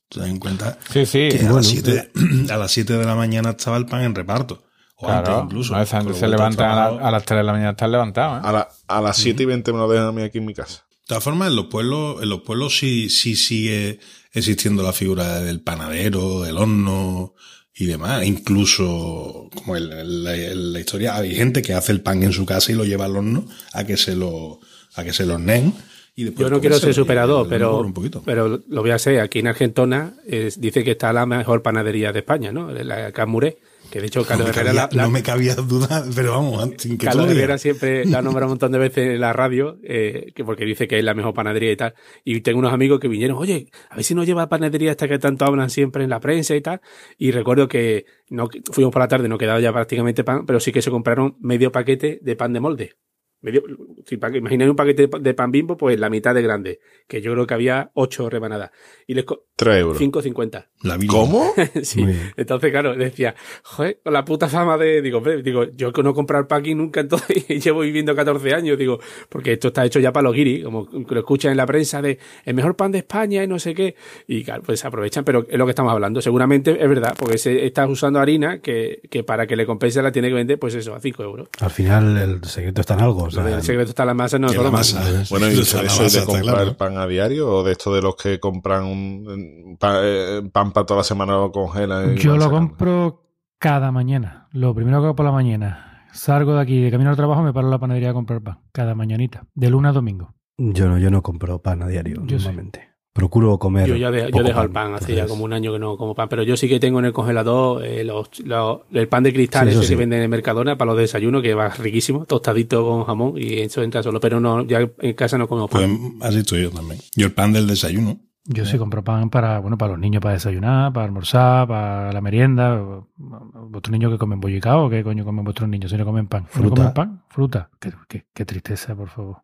Ten en cuenta
Sí, sí.
que a,
Bueno,
las 7, a las 7 de la mañana estaba el pan en reparto. O antes
Claro,
incluso.
no, esa gente
Con lo
se
cual,
levantan a,
trabajado-
la- a las 3 de la mañana, están levantados. ¿eh?
A, la- a las 7 y 20 me lo dejan a mí aquí en mi casa.
De todas formas, en los pueblos, en los pueblos sí, sí sigue existiendo la figura del panadero, del horno y demás. Incluso, como en la, en la historia, hay gente que hace el pan en su casa y lo lleva al horno a que se lo, a que se lo horneen. Y después
Yo no quiero ser
comérselo y-
superador,
y-
pero,
Un poquito.
pero lo voy a hacer. Aquí en Argentona es- dice que está la mejor panadería de España, ¿no? La Camuré. Que de hecho,
no,
Carlos
me
Herrera,
cabía,
la, la-
no me cabía duda, pero vamos, sin que tú
Carlos
lo digas.
Herrera siempre la nombra un montón de veces en la radio, eh, que porque dice que es la mejor panadería y tal. Y tengo unos amigos que vinieron, oye, a ver si no lleva panadería esta que tanto hablan siempre en la prensa y tal. Y recuerdo que no fuimos por la tarde, no quedaba ya prácticamente pan, pero sí que se compraron medio paquete de pan de molde. Medio, si pa- imagináis un paquete de pa- de pan bimbo, pues la mitad de grande, que yo creo que había ocho rebanadas. Y les co-
3 euros.
5.50.
La Virgen.
¿Cómo?
sí.
Muy bien.
Entonces, claro, decía, joder, con la puta fama de, digo, hombre, digo, yo que no he comprado el packing nunca, entonces y llevo viviendo 14 años, digo, porque esto está hecho ya para los guiris, como lo escuchan en la prensa de el mejor pan de España y no sé qué, y claro, pues se aprovechan, pero es lo que estamos hablando, seguramente es verdad, porque se está usando harina que, que para que le compense la tiene que vender, pues eso, a 5 euros.
Al final el secreto está en algo. o sea,
el secreto está en la masa, no
Que la
solo masa.
masa.
Bueno, ¿y
La
eso
masa,
eso de
está
comprar
claro.
el pan a diario o de esto de los que compran un eh, pa- eh, pan para toda la semana lo congelan? y
Yo
van
lo
sacando?
compro cada mañana. Lo primero que hago por la mañana. Salgo de aquí, de camino al trabajo, me paro en la panadería a comprar pan. Cada mañanita. De lunes a domingo.
Yo no, yo no compro pan a diario
Yo sí.
normalmente. Procuro comer.
Yo ya de- yo he
poco
dejado el pan hace ya
entonces-
como un año que no como pan, pero yo sí que tengo en el congelador eh, los, los- el pan de cristal,
Sí, eso
ese
sí.
que venden en Mercadona para los desayunos, que va riquísimo, tostadito con jamón y eso entra solo, pero no, ya en casa no como
Pues
pan.
así estoy yo también. Yo el pan del desayuno.
Yo sí compro pan para, bueno, para los niños para desayunar, para almorzar, para la merienda. Vuestros niños que comen bollicao, ¿qué coño comen vuestros niños si no comen pan? ¿No
Fruta.
comen pan? Fruta. Qué, qué- qué tristeza, por favor.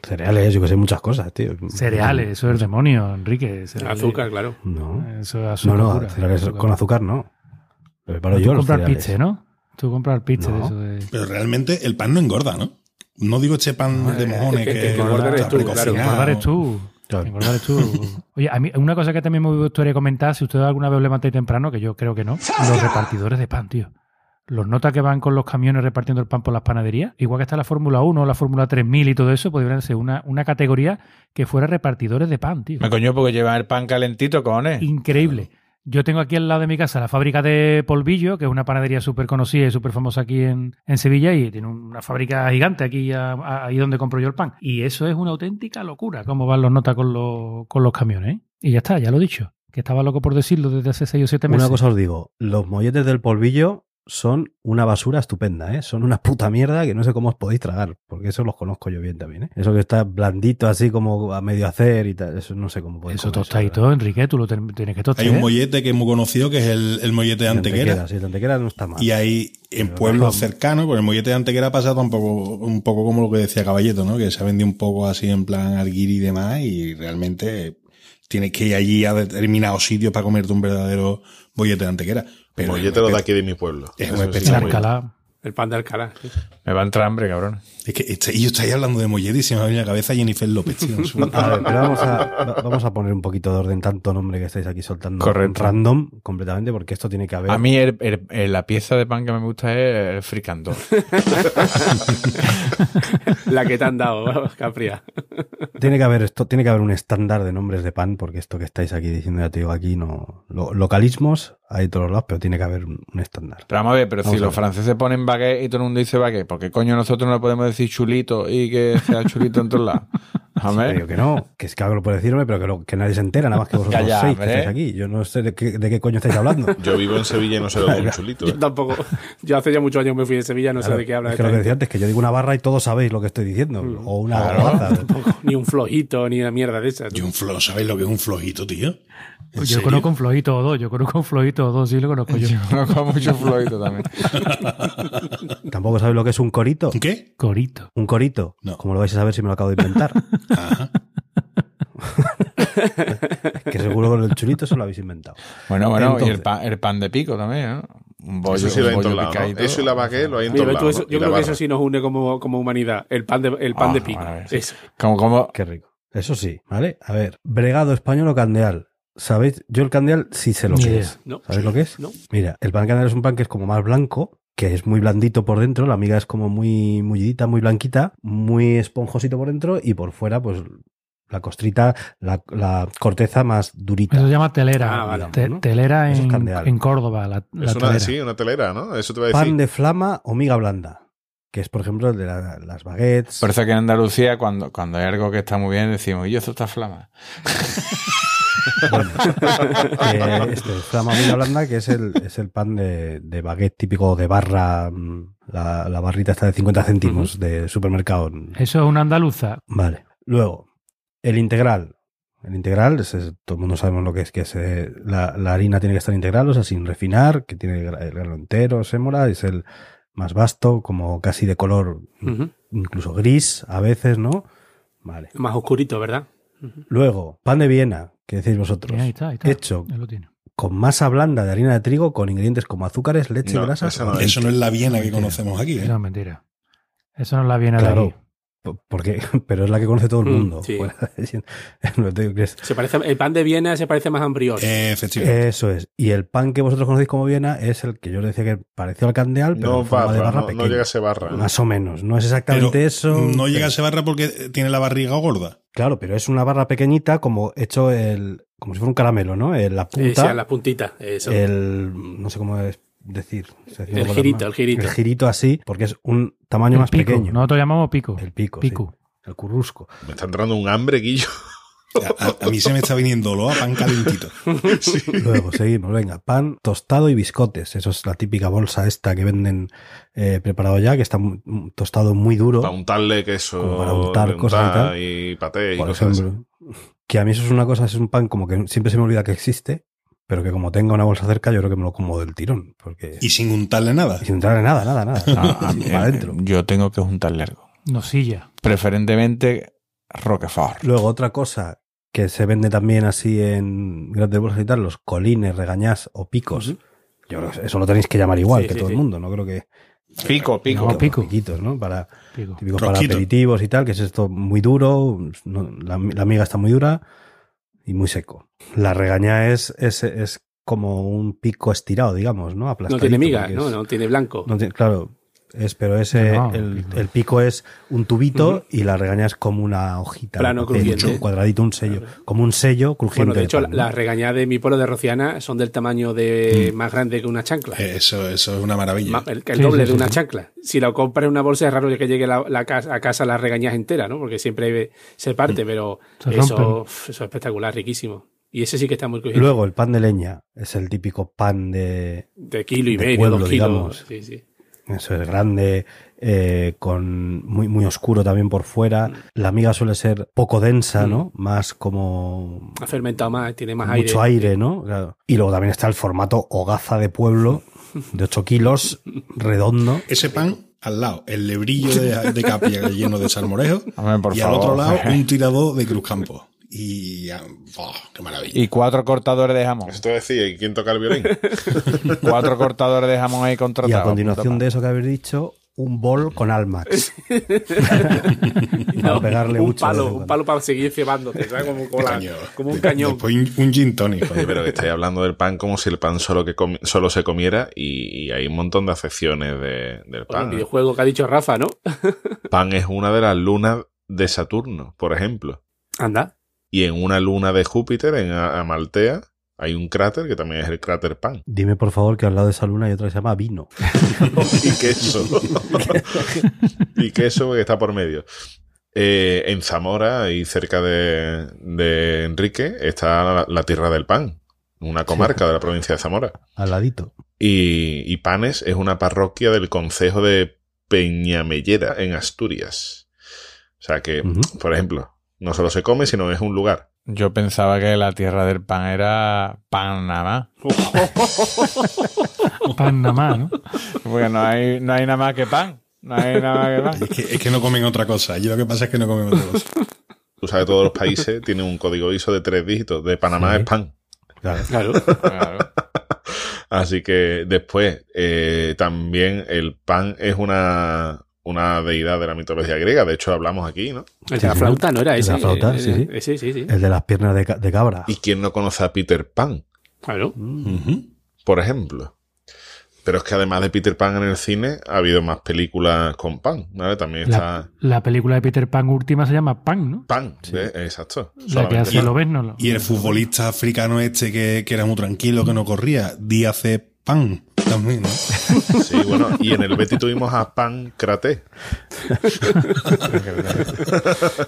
Cereales, yo que sé, muchas cosas, tío.
Cereales, eso es el demonio, Enrique. cereales.
Azúcar, claro. Eh,
No.
Eso es
No,
azúcar.
no,
pura,
cereales
azúcar
con
pura.
azúcar no. Lo preparo
Pero
yo.
tú
los
compras
cereales.
pizza, ¿no? Tú compras pizza de
No.
eso de...
Pero realmente el pan no engorda, ¿no? No digo este pan
No,
de
eh,
mojones
que-
que,
que engorda eres
está
tú, claro.
precocinado.
Engordar es tú.
Claro.
Engordar es tú. Oye, a mí, una cosa que también me gustaría comentar, si ustedes alguna vez os levantáis temprano, que yo creo que no, los repartidores de pan, tío. Los notas que van con los camiones repartiendo el pan por las panaderías, igual que está la Fórmula 1, la Fórmula 3000 y todo eso, podrían ser una, una categoría que fuera repartidores de pan, tío.
Me coño porque llevan el pan calentito, cojones.
Increíble. Yo tengo aquí al lado de mi casa la fábrica de Polvillo, que es una panadería súper conocida y súper famosa aquí en, en Sevilla, y tiene una fábrica gigante aquí, a- a- ahí donde compro yo el pan. Y eso es una auténtica locura, cómo van los notas con, los- con los camiones. ¿eh? Y ya está, ya lo he dicho, que estaba loco por decirlo desde hace seis o siete meses.
Una cosa os digo, los molletes del polvillo son una basura estupenda, ¿eh? Son una puta mierda que no sé cómo os podéis tragar, porque eso los conozco yo bien también, ¿eh? Eso que está blandito así como a medio hacer y tal, eso no sé cómo podéis
eso
comer,
tostadito, Enrique, tú lo ten- tienes que tostar.
Hay un
¿eh?
mollete que es muy conocido, que es el, el mollete de
De
Antequera.
Antequera, sí, de Antequera no está mal.
Y ahí, en
Pero
pueblos
vamos.
cercanos, con el mollete de Antequera pasa tampoco, un poco como lo que decía Caballeto, ¿no? Que se ha vendido un poco así en plan arguiri y demás, y realmente tienes que ir allí a determinados sitios para comerte un verdadero mollete de Antequera. Pero
Pues yo te lo de aquí de mi pueblo.
Es un
Eso sí,
especial.
En
está muy bien.
Alcalá.
El pan de Alcalá. sí.
Me va a entrar hambre, cabrón.
Es que está- y yo estáis hablando de mollete y se me ha venido a la cabeza Jennifer López, tío, en su-
A ver, pero vamos a, va- vamos a poner un poquito de orden, tanto nombre que estáis aquí soltando
Correcto.
random completamente, porque esto tiene que haber...
A mí el- el- el- la pieza de pan que me gusta es el fricandó.
La que te han dado, Capria.
Tiene que haber esto, tiene que haber un estándar de nombres de pan, porque esto que estáis aquí diciendo, ya te digo, aquí no. lo- localismos hay de todos lados, pero tiene que haber un, un estándar.
Pero vamos a ver, pero
Vamos
si
a
los
ver.
franceses ponen baguette y todo el mundo dice baguette, ¿por qué coño nosotros no le podemos decir chulito y que sea chulito en todos lados? A
¿Eh?
Te
ver.
digo que no, que es que algo por decirme, pero que, lo- que nadie se entera, nada más que vosotros
Calla,
seis que
hombre.
¿eh?
estáis aquí. Yo no sé de qué, de qué coño estáis hablando.
Yo vivo en Sevilla y no sé lo que es un chulito. ¿eh?
Yo tampoco. Yo hace ya muchos años me fui de Sevilla, no
Pues, Claro,
sé de qué habla.
es que lo que decía antes, que yo digo una barra y todos sabéis lo que estoy diciendo.
Mm.
O una
Claro.
barra.
Ni un flojito, ni una mierda de esas.
Yo un flo, ¿sabéis lo que es un flojito, tío? ¿En
Yo
serio?
conozco un flojito o dos, yo conozco un flojito o dos, sí lo conozco yo.
Yo conozco mucho flojito también.
Tampoco sabéis lo que es un corito.
¿Un qué?
Corito.
Un corito.
No.
Como lo vais a saber si me lo acabo de inventar.
Ajá.
que seguro con el chulito se lo habéis inventado.
Bueno, bueno, y el
Entonces.
pan, el pan de pico también, ¿no? Un bollo,
Eso sí lo
un
hay en
bollo
todos lados, ¿no?
picadito.
Eso y la baguette lo hay en
Mira,
todos
ve tú,
lados.
eso-
¿no?
yo
Y la
creo que
barra.
eso sí nos une como, como humanidad. El pan de, el pan
Ah,
de pico.
madre mía.
Eso.
Como, como,
Qué rico. Eso sí, ¿vale? A ver, bregado español o candeal. ¿Sabéis? Yo el candeal sí sé lo
Ni
que
idea.
es.
¿No?
¿Sabéis lo que es?
No.
Mira, el pan candeal es un pan que es como más blanco, que es muy blandito por dentro, la miga es como muy mullidita, muy blanquita, muy esponjosito por dentro y por fuera, pues la costrita, la, la corteza más durita. Pues
Eso se llama telera.
Ah, vale.
Te-
¿no?
telera
Eso es
en,
candeal.
en Córdoba, la, la
Es una,
telera.
sí, una telera, ¿no? Eso
Pues
te va a decir.
pan de flama o miga blanda, que es por ejemplo el de la- las baguettes.
Por eso que en Andalucía, cuando, cuando hay algo que está muy bien, decimos, y eso está flama.
Bueno, eh, este, flama miga blanda, que es el, es el pan de, de baguette típico de barra, mm, la, la barrita está de 50 céntimos de supermercado.
Eso es una andaluza.
Vale. Luego, el integral. El integral, es- es- todo el mundo sabemos lo que es, que es, eh, la, la harina tiene que estar integral, o sea, sin refinar, que tiene el gra- el grano entero, sémola, es el más vasto, como casi de color,
Ujú.
incluso gris a veces, ¿no? Vale.
Más oscurito, ¿verdad?
Luego, pan de Viena, que decís vosotros.
Bien, ahí está, ahí está.
Hecho
Ahí lo tiene.
con masa blanda de harina de trigo, con ingredientes como azúcares, leche,
No,
grasa.
esa no
aceite.
Eso no es la Viena que conocemos aquí. ¿eh?
Eso es mentira. Eso no la viene
Claro.
de aquí.
P- Porque, pero es la que conoce todo el
Mm,
mundo.
sí.
Fuera de- no te digo que es-
Se parece, el pan de Viena se parece más a un brioche.
Eh, Efectivamente.
Eso es. Y el pan que vosotros conocéis como Viena es el que yo les decía que pareció al candeal, pero
No,
en forma
barra,
de barra
no, no
pequeña.
llega a ser barra. ¿no?
Más o menos. No es exactamente
Pero
eso.
no llega
pero-
a ese barra porque tiene la barriga gorda.
Claro, pero es una barra pequeñita como hecho el... Como si fuera un caramelo, ¿no? El- la
Eh,
punta,
sea, las puntitas. Eso.
el... No sé cómo es decir. se decía
El
con las
girito,
manos.
el girito.
El girito así, porque es un tamaño
El
más
pico.
pequeño.
Nosotros llamamos pico.
El pico, sí.
pico.
El currusco.
Me está entrando un hambre, Guillo.
A, a- a mí se me está viniendo lo a pan calentito.
Luego seguimos, venga, pan tostado y biscotes. Eso es la típica bolsa esta que venden eh, preparado ya, que está mu- mu- tostado muy duro.
Para untarle queso.
Como para untar
le
cosas y
untar
tal.
Y paté y
por
cosas así.
ejemplo. Que a mí eso es una cosa, es un pan como que siempre se me olvida que existe, pero que como tenga una bolsa cerca, yo creo que me lo como del tirón. Porque.
Y sin untarle nada.
y sin entrarle nada, nada, nada.
No, Ah, a mí- eh,
para adentro.
yo tengo que juntarle algo.
Nosilla.
Preferentemente Roquefort.
Luego, otra cosa que se vende también así en grandes bolsas y tal, los colines, regañás o picos.
Ujú.
Yo creo que eso lo tenéis que llamar igual
Sí,
que
sí,
todo
sí.
el mundo, no creo que.
Pico, pico.
No, pico.
Piquitos, ¿no? Para.
Pico.
típicos para
Rosquito.
aperitivos y tal, que es esto muy duro, no- la, la miga está muy dura y muy seco. La regaña es, es, es como un pico estirado, digamos, ¿no?
no
Aplastadito,
tiene miga,
porque
no,
es-
no tiene blanco.
no tiene- claro, es, pero ese,
No,
el,
pico.
el pico es un tubito
Ujú.
y la regaña es como una hojita, de
Plano
papel,
crujiente.
un cuadradito, un sello, como un sello crujiente.
bueno, de hecho,
pan, ¿no? Mm.
las regañadas de mi pueblo de Rociana son del tamaño de más grande que una chancla.
Eh, Eso, eso es una maravilla.
Ma- El, el
Sí,
doble
sí,
de
sí,
una
sí.
chancla. Si lo compras en una bolsa es raro que llegue la- la casa- a casa las regañas entera, ¿no? Porque siempre se parte,
Mm.
pero
Se
eso,
rompen.
uf, eso es espectacular, riquísimo. Y ese sí que está muy cogido.
Luego, el pan de leña es el típico pan de,
de kilo y
de
medio,
pueblo,
dos kilos.
digamos.
Sí, sí.
Eso es grande, eh, con muy, muy oscuro también por
Mm.
fuera. La miga suele ser poco densa, ¿no? Más como
Ha fermentado más, tiene Mm. más aire.
mucho aire, ¿no? Claro. Y luego también está el formato hogaza de pueblo, de 8 kilos, redondo.
Ese pan al lado, el lebrillo de, de capilla lleno de salmorejo.
Hombre, por
y
favor.
al otro lado, un tirador de Cruz Campo. Y. ah, oh, ¡Qué maravilla!
Y cuatro cortadores de jamón.
Eso te voy a decir, ¿y ¿quién toca el violín?
Cuatro cortadores de jamón ahí
Y
contratados.
a continuación de eso que habéis dicho, un bol con almax. Para pegarle
un
mucho de vez
palo,
en
un
cuando.
palo para seguir cebándote, ¿sabes? Como, como la-
Coño.
como un
Este De-
cañón.
Después un, un gin tonic.
Oye, pero que estáis hablando del pan como si el pan solo, que comi- solo se comiera y, y hay un montón de acepciones de- del
Bueno, el
pan. ¿eh?
videojuego que ha dicho Rafa, ¿no?
Pan es una de las lunas de Saturno, por ejemplo.
Anda.
Y en una luna de Júpiter, en A- Amaltea, hay un cráter que también es el cráter pan.
Dime por favor que al lado de esa luna hay otra que se llama vino.
y queso. y queso que está por medio. Eh, en Zamora y cerca de, de Enrique está la, la Tierra del Pan, una comarca de la provincia de Zamora.
Al ladito.
Y, y Panes es una parroquia del concejo de Peñamellera en Asturias. O sea que,
Ujú.
por ejemplo, no solo se come, sino es un lugar.
Yo pensaba que la tierra del pan era pan nada más.
Pan nada más, ¿no?
Porque no hay, no hay nada más que pan. No hay nada más que pan.
Es que, es que no comen otra cosa. Allí lo que pasa es que no comen otra cosa.
Tú sabes, todos los países tienen un código ISO de tres dígitos. De Panamá
Sí.
es pan.
Claro.
Claro.
Claro.
Así que después, eh, también el pan es una, una deidad de la mitología griega. De hecho, hablamos aquí, ¿no?
El
Sí,
de la
sí.
flauta no era
El
ese.
de la flauta,
eh,
sí, sí.
eh, sí, sí, sí.
El de las piernas de, ca- de cabra.
¿Y quién no conoce a Peter Pan,
Claro.
Mm.
Ujú.
por ejemplo? Pero es que además de Peter Pan en el cine, ha habido más películas con pan, ¿vale? También está
La, la película de Peter Pan última se llama Pan, ¿no?
pan, de- exacto.
La que
Solamente
hace
pan.
lo ves, no lo.
Y el futbolista africano este que, que era muy tranquilo, que no corría, Díaz de Pan también, ¿no?
Sí, bueno, y en el Betty tuvimos a Pan Craté.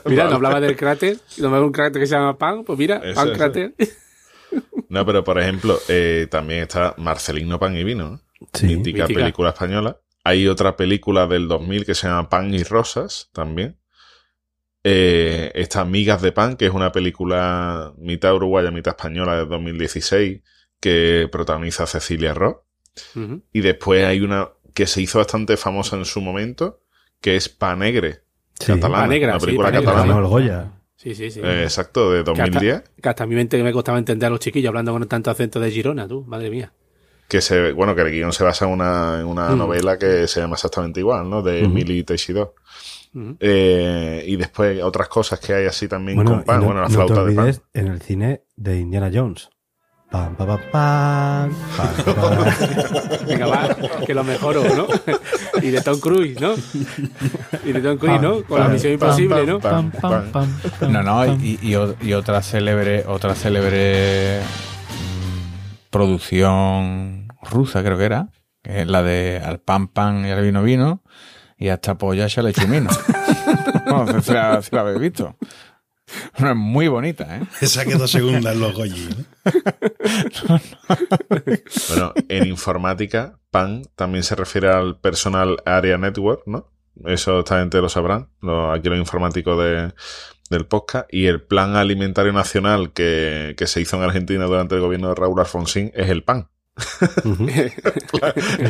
Mira, no hablaba del cráter. No veo un cráter que se llama Pan. Pues mira,
Eso,
Pan
eso.
cráter.
No, pero por ejemplo, eh, también está Marcelino Pan y Vino, ¿no?
Sí.
mítica,
Mítica.
película española. Hay otra película del 2000 que se llama Pan y Rosas también. Eh, está Migas de Pan, que es una película mitad uruguaya, mitad española de 2016 que protagoniza Cecilia Roth.
Ujú.
Y después hay una que se hizo bastante famosa en su momento, que es Panegre,
Sí.
catalana.
Panegra,
una
sí,
película
Panegra,
catalana.
Ganó el Goya.
Sí, sí, sí.
Eh, exacto, de
Que hasta-
2010.
Que hasta a mi mente me costaba entender a los chiquillos hablando con tanto acento de Girona, tú, madre mía.
que se bueno que el guión se basa en una, en una
Mm.
novela que se llama exactamente igual no de
Ujú.
Emily Teixidor
Ujú.
Eh, y después otras cosas que hay así también con pan
y no-
bueno la
no
flauta
te
de pan
olvides en el cine de Indiana Jones. Pam, pam, pam, pam, pam, pam.
Venga, va, que lo mejoro, ¿no? Y de Tom Cruise, ¿no? Y de Tom Cruise, ¿no? Con la
pam,
misión
pam,
imposible, ¿no?
Pan, pan.
pam,
No, no,
pam.
y, y- y o- y otra célebre, otra célebre mm, producción rusa, creo que era, que es la de al pan pan y al vino vino, y hasta Poyasha le chumino. no sé si la, si la habéis visto. Bueno, es muy bonita, ¿eh?
Esa quedó segunda en los Goyi. ¿no?
bueno en informática pan también se refiere al personal area network no eso esta gente lo sabrán los- aquí los informáticos de- del podcast y el plan alimentario nacional que, que se hizo en Argentina durante el gobierno de Raúl Alfonsín es el pan
Ujú.
Qué,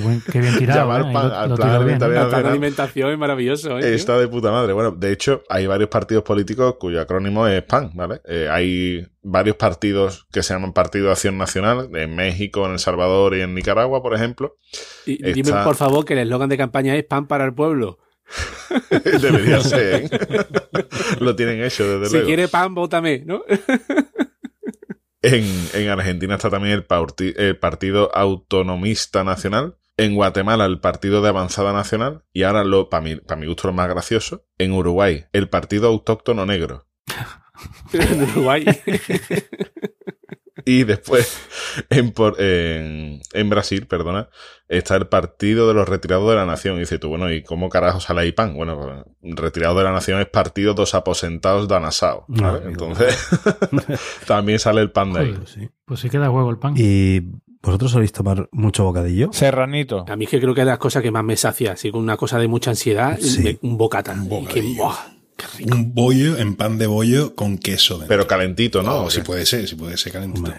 buen- qué bien tirado.
Llamar
¿eh? Ahí
pan-
lo-
al
lo
plan
tiro bien, ¿eh?
alimentario.
Hasta la alimentación es maravilloso, ¿eh? tío?
Está de puta madre. Bueno, de hecho, hay varios partidos políticos cuyo acrónimo es PAN, ¿vale? Eh, hay varios partidos que se llaman Partido de Acción Nacional, en México, en El Salvador y en Nicaragua, por ejemplo.
Y dime,
está-
por favor, que el eslogan de campaña es pan para el pueblo.
Debería ser, ¿eh? Lo tienen hecho, desde
Si
luego.
quiere pan, vótame, ¿no?
En, en Argentina está también el, parti- el Partido Autonomista Nacional. En Guatemala, el Partido de Avanzada Nacional. Y ahora, lo, para mi, pa' mi gusto, lo más gracioso, en Uruguay, el Partido Autóctono Negro.
En Uruguay.
Y después, en, por- en, en Brasil, perdona, está el Partido de los Retirados de la Nación. Y dices tú, bueno, ¿y cómo carajo sale ahí pan? Bueno, Retirado de la Nación es Partido dos Aposentados Danasao. ¿vale?
No,
Entonces, también sale el pan de ahí.
Joder, Pues sí queda juego el pan.
¿Y vosotros soléis tomar mucho bocadillo?
Serranito.
A mí es que creo que es de las cosas que más me sacia, así con una cosa de mucha ansiedad,
Sí.
me- un bocata.
Un
Es
bocadillo.
que, ¡buah!
Un bollo en pan de bollo con queso dentro.
Pero calentito, ¿no?
No,
Ah,
si Ah, puede ser, si puede ser calentito.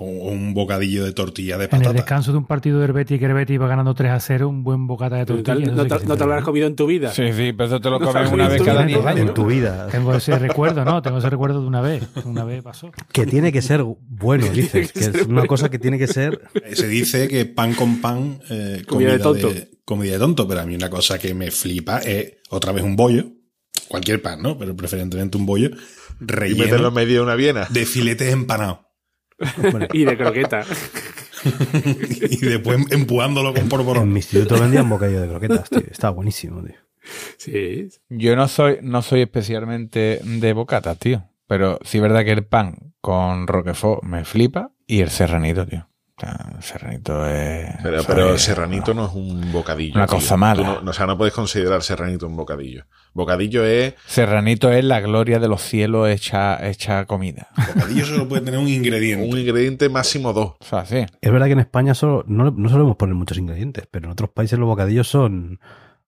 O, o un bocadillo de tortilla de
En el
patata.
descanso de un partido del Betis que el Betis va ganando 3 a 0, un buen bocata de
no, te-
tortilla. eso
no
sí que
te,
se
no te
me-
lo habrás comido en tu vida.
Sí, sí, pero eso te lo
No
comes
sabes
una
ni
vez
tú
cada
ni
10
tú.
años.
En tu vida.
Tengo ese recuerdo, ¿no? Tengo ese recuerdo de una vez. Una vez pasó.
Que tiene que ser bueno, dices. Que es una cosa que tiene que ser.
Se dice que pan con pan, eh,
Comida
comida,
de tonto.
De, comida de tonto, pero a mí una cosa que me flipa es otra vez un bollo, cualquier pan, ¿no? Pero preferentemente un bollo
Y meterlo en
relleno
medio de una Viena.
de filetes empanados
Bueno,
Y de croqueta.
y después empujándolo con
en
porborón.
mi instituto vendían bocadillo de croquetas, tío. Estaba buenísimo, tío.
Sí.
Yo no soy, no soy especialmente de bocata, tío. Pero sí es verdad que el pan con roquefort me flipa y el serranito, tío. O sea, el serranito es...
Pero,
sabe,
pero serranito no es un bocadillo.
Una cosa mala.
Tú no- o sea, no puedes considerar serranito un bocadillo. Bocadillo es
Serranito es la gloria de los cielos hecha, hecha comida.
Bocadillo solo puede tener un ingrediente.
un ingrediente máximo dos.
O sea, sí.
Es verdad que en España solo, no, no solemos poner muchos ingredientes, pero en otros países los bocadillos son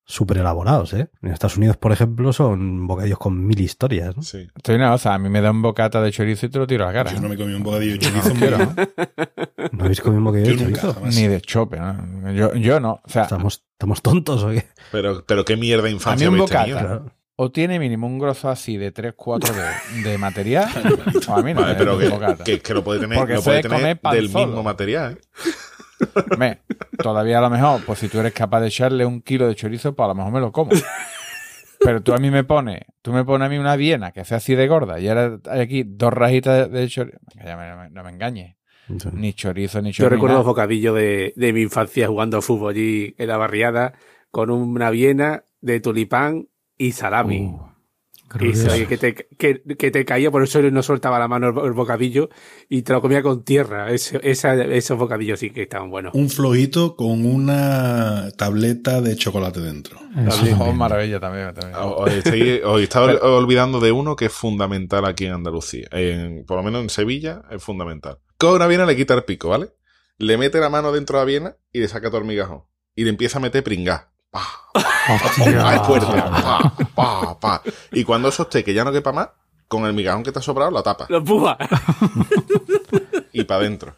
súper elaborados, ¿eh? En Estados Unidos, por ejemplo, son bocadillos con mil historias, ¿no?
Sí.
Estoy una cosa, a mí me da un bocata de chorizo y te lo tiro a la cara.
Yo no
¿eh?
me comí un bocadillo de chorizo. en mi
Quiero,
vida.
¿no?
¿No habéis comido un bocadillo
Yo
de
nunca,
chorizo?
jamás.
Ni de chope, ¿no? Yo, yo no. O sea,
¿Estamos, estamos tontos o qué?
Pero, pero qué mierda de
a mí
infancia
un
habéis tenido.
bocata.
Claro.
o tiene mínimo un grosso así de 3-4 de, de material. o a mí no
Vale,
me
pero
me
que,
bocata.
que, que lo puede tener,
Porque
lo
se
puede tener
come pan
del
solo.
mismo material. ¿eh?
Me, todavía a lo mejor, pues si tú eres capaz de echarle un kilo de chorizo, pues a lo mejor me lo como. Pero tú a mí me pones, tú me pones a mí una viena que sea así de gorda y ahora hay aquí dos rajitas de chorizo. Ya me- no me- no me engañes. Ni chorizo, ni chorizo.
Yo recuerdo los bocadillos de, de mi infancia jugando a fútbol allí en la barriada con una viena de tulipán y salami.
Uh,
y
glorioso.
se- que, te, que, que te caía, por eso no soltaba la mano el, bo- el bocadillo y te lo comía con tierra. Ese- esa- esos bocadillos sí que estaban buenos.
Un flojito con una tableta de chocolate dentro.
Eso también.
maravilla también. también.
Os estáis- os estáis olvidando de uno que es fundamental aquí en Andalucía. En- por lo menos en Sevilla es fundamental. Coge una viena, le quita el pico, ¿vale? Le mete la mano dentro de la viena y le saca todo el migajón. Y le empieza a meter pringá. Pa, pa, es fuerte. Pa, pa, pa. Y cuando eso esté, que ya no quepa más, con el migajón que te ha sobrado, la tapa.
Los pujas.
Y para adentro.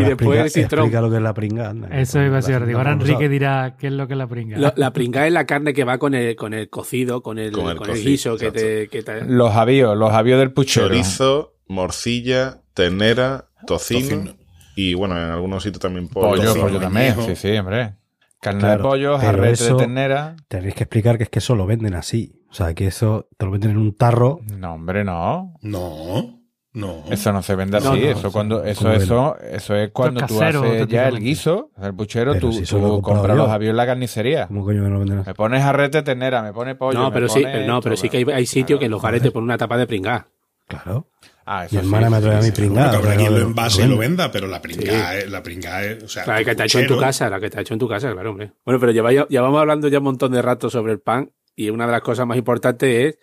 Y después el citrón.
explica lo que es la pringa. anda, que
Eso iba a
la
ser.
gente
Digo, ahora
tampoco lo
Enrique
sabe.
dirá qué es lo que es la pringa.
Lo- la pringada es la carne que va con el, con el cocido, con el,
Con el
con el
cocido,
guiso que te, que te-
Los avíos, los avíos del puchero.
Chorizo, morcilla, ternera, tocino.
Tocino.
Y bueno, en algunos sitios también pollo.
Pollo,
tocino.
pollo también.
añejo.
Sí, sí, hombre. Carne de
Claro,
pollo,
pero
jarrete
eso-
de ternera.
Tenéis que explicar que es que eso lo venden así. O sea, que eso te lo venden en un tarro.
No, hombre, no.
No, no.
Eso no se vende así.
No, no,
eso
eso-
cuando eso
como el-
eso eso es cuando
Esto
tú
es casero,
haces ya el
auténticamente.
guiso, el puchero,
Pero
tú,
si eso
tú
lo he comprado
compras
yo.
los avíos en la carnicería.
¿Cómo coño me lo venden así?
Me pones jarrete de ternera, me pone pollo.
no,
me
pero sí,
pone
no,
esto,
pero sí que hay, hay sitios que en los bares te ponen una tapa de pringada.
Claro.
Ah, eso
Mi
sí,
hermana
sí,
me trae a
sí,
mi
sí.
pringada.
Bueno, que habrá
pero
quien lo
lo-
envase y
lo
lo
venden.
venda, pero la pringada es, la pringada es, o sea,
La que te ha hecho en tu
puchero.
casa, la que te ha hecho en tu casa, claro, hombre. Bueno, pero lleva- ya, vamos hablando ya un montón de rato sobre el pan y una de las cosas más importantes es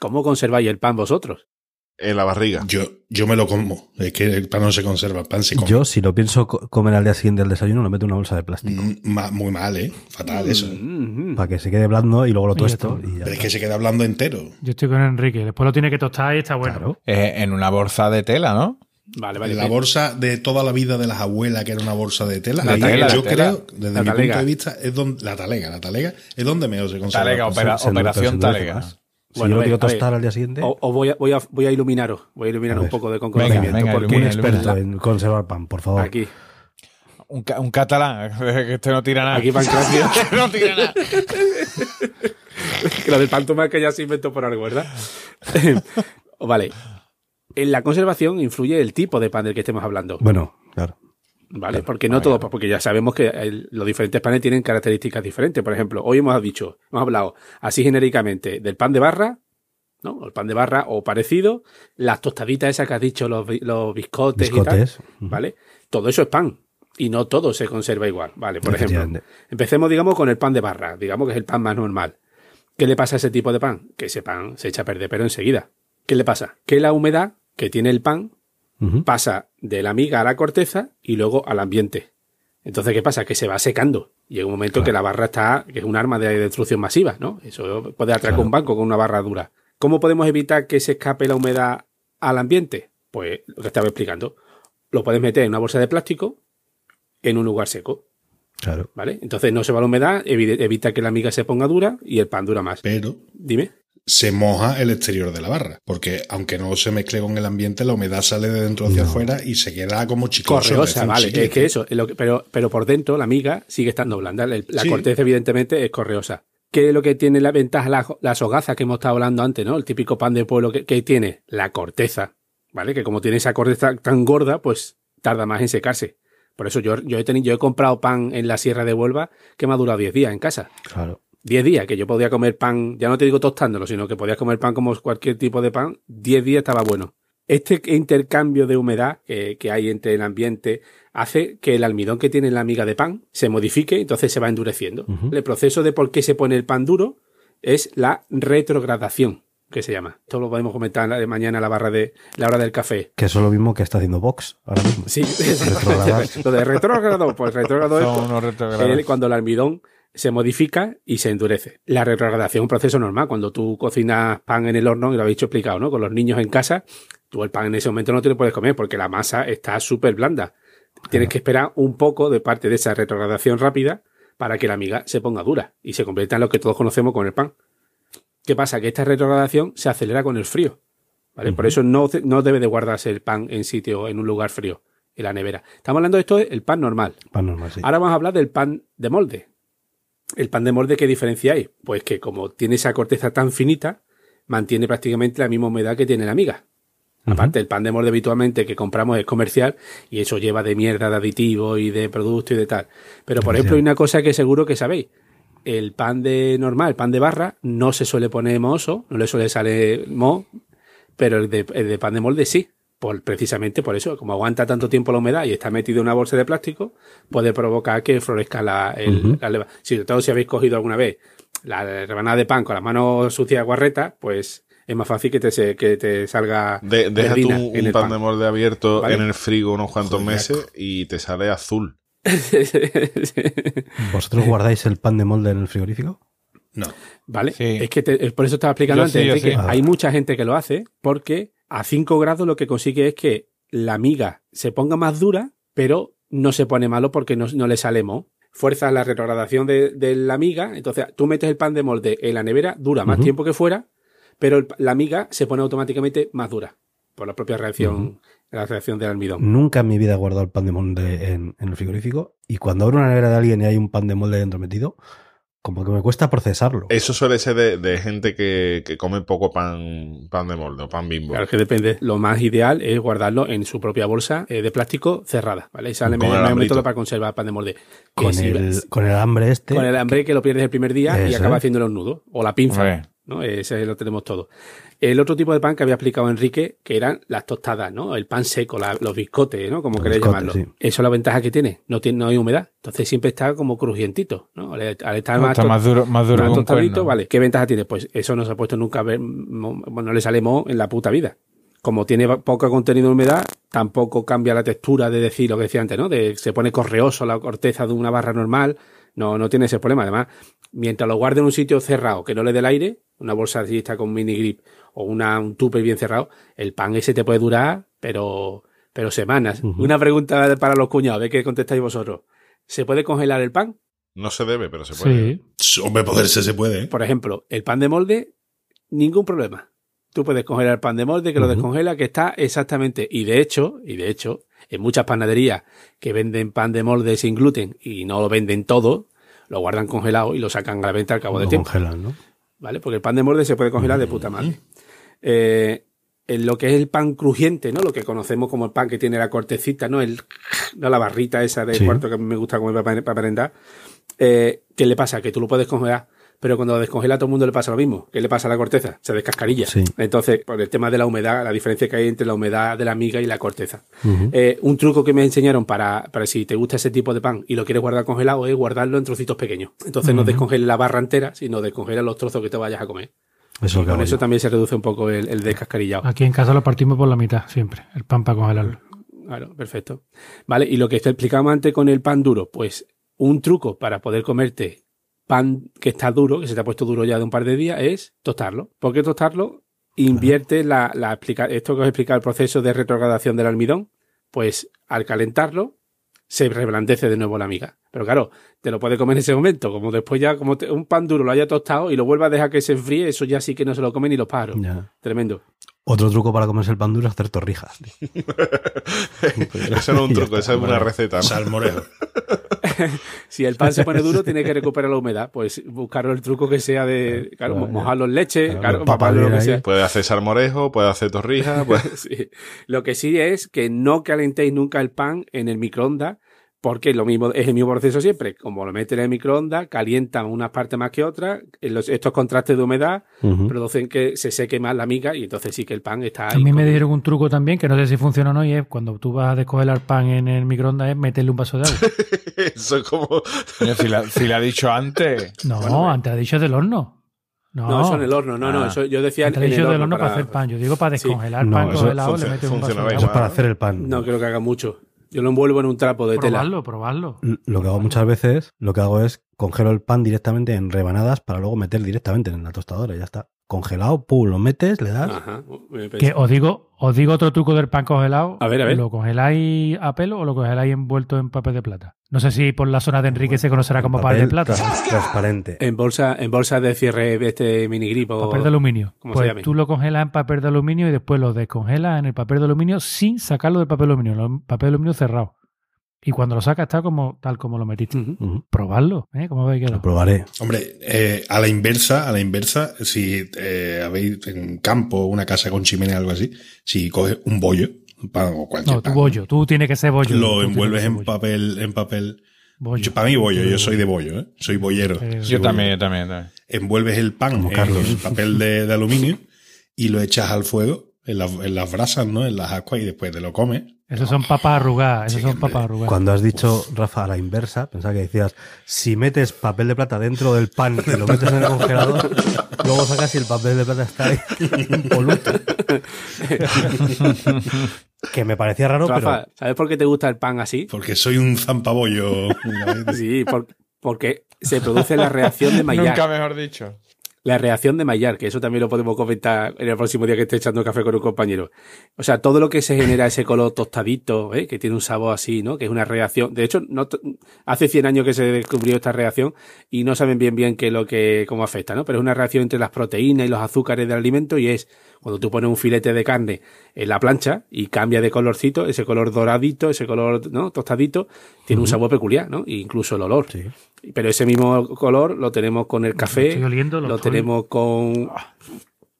cómo conserváis el pan vosotros.
En la barriga.
Yo, yo me lo como. Es que el pan no se conserva, el pan se come.
Yo, si lo pienso co- comer al día siguiente al desayuno, lo meto en una bolsa de plástico.
Mm, ma- muy mal, ¿eh? Fatal eso.
Mm, mm.
Para que se quede blando y luego lo
Y ya
tuesto.
está.
Y ya
Pero es
está.
que se queda hablando entero.
Yo estoy con Enrique. Después lo tiene que tostar y está bueno.
Claro.
Eh, en una bolsa de tela, ¿no?
Vale, vale.
En la bolsa de toda la vida de las abuelas, que era una bolsa de tela.
La
ahí
talega,
yo
la tela.
creo, desde
La
mi
talega.
punto de vista, es donde la talega, la talega, es donde mejor se conserva.
Talega,
el pan.
opera-
Se- se endurece,
operación
se endurece
talega.
más. Si
Bueno,
yo lo
ve,
quiero
a ver.
tostar al día siguiente,
O, o voy, a, voy, a, voy a iluminaros, voy a iluminar
A
un
ver.
poco de con
Venga,
conocimiento.
venga,
porque
un
ilumina,
experto
ilumina.
en conservar pan, por favor.
Aquí,
Un, ca- un catalán, que este no tira nada.
aquí Pancracio,
Este no tira nada.
que lo del pan tomate que ya se inventó por algo, ¿verdad? vale. En la conservación influye el tipo de pan del que estemos hablando.
Bueno, claro.
Vale, porque no todo, porque ya sabemos que el- los diferentes panes tienen características diferentes. Por ejemplo, hoy hemos dicho, hemos hablado así genéricamente del pan de barra, ¿no? El pan de barra o parecido, las tostaditas esas que has dicho, los, bi- los biscotes,
Biscotes.
y tal. ¿Vale? Todo eso es pan. Y no todo se conserva igual. Vale, por ejemplo.
Efectivamente.
Empecemos, digamos, con el pan de barra, digamos que es el pan más normal. ¿Qué le pasa a ese tipo de pan? Que ese pan se echa a perder, pero enseguida. ¿Qué le pasa? Que la humedad que tiene el pan
Ujú.
pasa de la miga a la corteza y luego al ambiente. Entonces, ¿qué pasa? Que se va secando. Llega un momento que la barra está, que es un arma de destrucción masiva, ¿no? Eso puede atracar
Claro.
un banco con una barra dura. ¿Cómo podemos evitar que se escape la humedad al ambiente? Pues lo que estaba explicando. Lo puedes meter en una bolsa de plástico en un lugar seco,
Claro.
¿vale? Entonces no se va la humedad, evi- evita que la miga se ponga dura y el pan dura más.
Pero
Dime.
se moja el exterior de la barra, porque aunque no se mezcle con el ambiente, la humedad sale de dentro hacia afuera y se queda como chicloso. parece un
Correosa, vale.
chicle.
Es que eso, es lo que- pero, pero por dentro la miga sigue estando blanda. El- La
Sí.
corteza, evidentemente, es correosa. ¿Qué es lo que tiene la ventaja la, la sogaza que hemos estado hablando antes, ¿no? El típico pan de pueblo que, que tiene la corteza, ¿vale? Que como tiene esa corteza tan gorda, pues tarda más en secarse. Por eso yo, yo he tenido, yo he comprado pan en la Sierra de Huelva que me ha durado 10 días en casa.
Claro.
10 días, que yo podía comer pan, ya no te digo tostándolo, sino que podías comer pan como cualquier tipo de pan, 10 días estaba bueno. Este intercambio de humedad que, que hay entre el ambiente hace que el almidón que tiene la miga de pan se modifique, entonces se va endureciendo.
Ujú.
El proceso de por qué se pone el pan duro es la retrogradación, que se llama. Esto lo podemos comentar la- mañana a la barra de la hora del café.
Que eso es lo mismo que está haciendo Vox ahora mismo.
Sí,
Retrogradar.
lo de retrógrado, pues retrógrado es
Son unos retrógrados.
el- cuando el almidón se modifica y se endurece. La retrogradación es un proceso normal. Cuando tú cocinas pan en el horno, y lo habéis explicado, ¿no? Con los niños en casa, tú el pan en ese momento no te lo puedes comer porque la masa está súper blanda. Tienes que esperar un poco de parte de esa retrogradación rápida para que la miga se ponga dura y se convierta en lo que todos conocemos con el pan. ¿Qué pasa? Que esta retrogradación se acelera con el frío. ¿vale? Por eso no, no debe de guardarse el pan en sitio, en un lugar frío, en la nevera. Estamos hablando de esto, el pan normal.
Pan normal, sí.
Ahora vamos a hablar del pan de molde. ¿El pan de molde qué diferenciáis? Pues que como tiene esa corteza tan finita, mantiene prácticamente la misma humedad que tiene la miga.
Ujú.
Aparte, el pan de molde habitualmente que compramos es comercial y eso lleva de mierda de aditivos y de productos y de tal. Pero, por ejemplo, hay una cosa que seguro que sabéis. El pan de normal, el pan de barra, no se suele poner mohoso, no le suele salir moho, pero el de, el de pan de molde sí. Por, precisamente por eso, como aguanta tanto tiempo la humedad y está metido en una bolsa de plástico, puede provocar que florezca la, el-
Ujú.
la leva. Si, sobre todo si habéis cogido alguna vez la rebanada de pan con las manos sucias guarreta, pues es más fácil que te, se- que te salga
De- deja tú
Berlina
un,
en el
pan de
pan.
molde abierto
Vale.
en el frigo unos cuantos
Joder,
meses y te sale azul.
¿Vosotros guardáis el pan de molde en el frigorífico?
No.
¿Vale?
Sí.
Es que te- es por eso estaba explicando
Yo
antes
sí, yo
de que
sí.
hay mucha gente que lo hace porque a 5 grados lo que consigue es que la miga se ponga más dura, pero no se pone malo porque no, no le sale moho. Fuerza la retrogradación de, de la miga, entonces tú metes el pan de molde en la nevera, dura más
Ujú.
tiempo que fuera, pero el- la miga se pone automáticamente más dura por la propia reacción, la reacción del almidón.
Nunca en mi vida he guardado el pan de molde en, en el frigorífico. Y cuando abro una nevera de alguien y hay un pan de molde dentro metido, como que me cuesta procesarlo.
Eh,
Eso suele ser de, de gente que, que come poco pan, pan de molde o pan bimbo.
Claro que depende. Lo más ideal es guardarlo en su propia bolsa eh, de plástico cerrada, ¿vale? Y sale
Con
mejor mejor
alambrito.
método para conservar pan de molde. Que
con,
si-
el, con el hambre este.
con el hambre que lo pierdes el primer día y
Eso
acaba
es.
haciéndole un nudo o la pinza,
Hombre.
¿no? Ese lo tenemos todo. El otro tipo de pan que había explicado Enrique, que eran las tostadas, ¿no? El pan seco, la- los biscotes, ¿no? Como
Los
queréis
biscotes,
llamarlo.
sí.
Eso es la ventaja que tiene. No tiene no hay humedad, entonces siempre está como crujientito, ¿no? Al, al estar
No,
más
está
to-
más duro, más duro
más
que un
tostadito,
cuerno.
vale. ¿Qué ventaja tiene? Pues eso no se ha puesto nunca a ver, mo- bueno, no le sale moho en la puta vida. Como tiene ba- poco contenido de humedad, tampoco cambia la textura de decir lo que decía antes, ¿no? De, se pone correoso la corteza de una barra normal, no, no tiene ese problema. Además, mientras lo guarde en un sitio cerrado que no le dé el aire, una bolsa así está con mini grip o una, un tupper bien cerrado, el pan ese te puede durar, pero, pero semanas.
Ujú.
Una pregunta para los cuñados, de qué contestáis vosotros. ¿Se puede congelar el pan?
No se debe, pero se puede.
Sí.
Hombre, poderse se puede, ¿eh?
Por ejemplo, el pan de molde, ningún problema. Tú puedes congelar el pan de molde, que lo
Ujú.
descongela, que está exactamente. Y de hecho, y de hecho, en muchas panaderías que venden pan de molde sin gluten y no lo venden todo, lo guardan congelado y lo sacan a la venta al cabo de
lo
tiempo.
congelan, ¿no?
¿Vale? Porque el pan de molde se puede congelar de puta madre. Eh, en lo que es el pan crujiente, ¿no? Lo que conocemos como el pan que tiene la cortecita, ¿no? El, no la barrita esa de
Sí.
cuarto que a mí me gusta comer para, para merendar. Eh, ¿Qué le pasa? Que tú lo puedes congelar, pero cuando lo descongela a todo el mundo le pasa lo mismo. ¿Qué le pasa a la corteza? Se descascarilla.
Sí.
Entonces, por el tema de la humedad, la diferencia que hay entre la humedad de la miga y la corteza.
Ujú.
Eh, un truco que me enseñaron para, para si te gusta ese tipo de pan y lo quieres guardar congelado es guardarlo en trocitos pequeños. Entonces no descongela la barra entera, sino descongela los trozos que te vayas a comer.
Eso es lo que
Con
hago
eso
yo. Eh,
también se reduce un poco el, el descascarillado.
Aquí en casa lo partimos por la mitad siempre, el pan para congelarlo.
Claro, perfecto. Vale, y lo que te explicábamos antes con el pan duro, pues un truco para poder comerte pan que está duro, que se te ha puesto duro ya de un par de días, es tostarlo. ¿Por qué tostarlo? Invierte la, la explica- esto que os he explicado, el proceso de retrogradación del almidón, pues al calentarlo se reblandece de nuevo la miga. Pero claro, te lo puedes comer en ese momento, como después ya, como te- un pan duro lo haya tostado y lo vuelvas a dejar que se enfríe, eso ya sí que no se lo comen ni los pájaros.
Ya.
Tremendo.
Otro truco para comerse el pan duro es hacer torrijas. tío.
eso no es un
Ya
truco,
está,
eso es una
vale.
receta. ¿no?
Salmorejo.
Si el pan se pone duro, tiene que recuperar la humedad. Pues buscar el truco que sea de, claro,
Claro,
mojarlo en leche,
Claro,
claro,
los papas
mojarlo en lo que
bien
sea.
ahí.
Puede hacer salmorejo, puede hacer torrijas, puede-
Sí. Lo que sí es que no calentéis nunca el pan en el microondas, porque lo mismo, es el mismo proceso siempre. Como lo meten en el microondas, calientan unas partes más que otras, en los- estos contrastes de humedad
Ujú.
producen que se seque más la miga y entonces sí que el pan está
A mí me
incomible.
dieron un truco también, que no sé si funciona o no, y es cuando tú vas a descongelar pan en el microondas, es meterle un vaso de agua.
eso es como...
Coño, Si la, si la ha dicho antes.
No,
pues-
antes ha dicho del horno. No,
No, eso en el horno, no, no,
Ah.
eso yo decía
antes
en
ha dicho
el
del horno
horno
para, hacer pan. Yo digo para
Sí.
descongelar
No,
pan
eso
congelado, le
func-
metes un vaso
funcionaba
de
Eso es
agua.
igual.
para hacer el pan.
No creo que haga mucho. Yo lo envuelvo en un trapo de tela.
Probarlo, probarlo.
Lo que hago muchas veces, lo que hago es congelo el pan directamente en rebanadas para luego meter directamente en la tostadora y ya está. congelado, pum, lo metes, le das.
Ah,
Ajá. me parece-
Que os digo, os digo otro truco del pan congelado.
A ver, a ver.
¿Lo congeláis a pelo o lo congeláis envuelto en papel de plata? No sé si por la zona de Enrique se conocerá como papel, de Eh, plata.
trans- transparente.
En bolsa, en bolsa de cierre de este minigripo.
Papel de aluminio.
¿Cómo se
Pues
llame?
tú lo congelas en papel de aluminio y después lo descongelas en el papel de aluminio sin sacarlo del papel de aluminio, lo- papel de aluminio cerrado. Y cuando lo sacas está como tal como lo metiste.
Ujú.
Ujú.
Probarlo, ¿eh? ¿Cómo veis que
Lo
no?
probaré.
Hombre, eh, a la inversa, a la inversa, si eh, habéis en campo una casa con chimenea o algo así, si coges un bollo, pan o cualquier
No, tu
pan,
bollo, tú tienes que ser bollo. Tú
lo
tienes que
envuelves
ser
en
bollo.
papel, en papel.
Bollo.
Yo, para mí bollo, yo soy de bollo, ¿eh? soy bollero.
Eh,
Yo también, yo también, también.
Envuelves el pan
Como
en
Carlos.
el papel de, de aluminio y lo echas al fuego, en, las- en las brasas, ¿no? En las ascuas y después te lo comes.
Esos son papas arrugadas,
Sí,
esos son
hombre.
papas arrugadas.
Cuando has dicho, Rafa, a la inversa, pensaba que decías, si metes papel de plata dentro del pan y lo metes en el congelador, luego sacas y el papel de plata está ahí impoluto. que me parecía raro,
Rafa, ¿sabes por qué te gusta el pan así?
Porque soy un zampabollo.
Sí, por- porque se produce la reacción de Maillard.
Nunca mejor dicho.
La reacción de Maillard, que eso también lo podemos comentar en el próximo día que esté echando café con un compañero. O sea, todo lo que se genera ese color tostadito, ¿eh? que tiene un sabor así, ¿no? Que es una reacción. De hecho, no t- hace 100 años que se descubrió esta reacción y no saben bien bien qué es lo que cómo afecta, ¿no? Pero es una reacción entre las proteínas y los azúcares del alimento y es cuando tú pones un filete de carne en la plancha y cambia de colorcito, ese color doradito, ese color, ¿no? Tostadito, tiene un sabor peculiar, ¿no? E incluso el olor.
pero... Sí.
Pero ese mismo color lo tenemos con el
Lo
café,
estoy oliendo,
lo,
lo estoy-
tenemos con,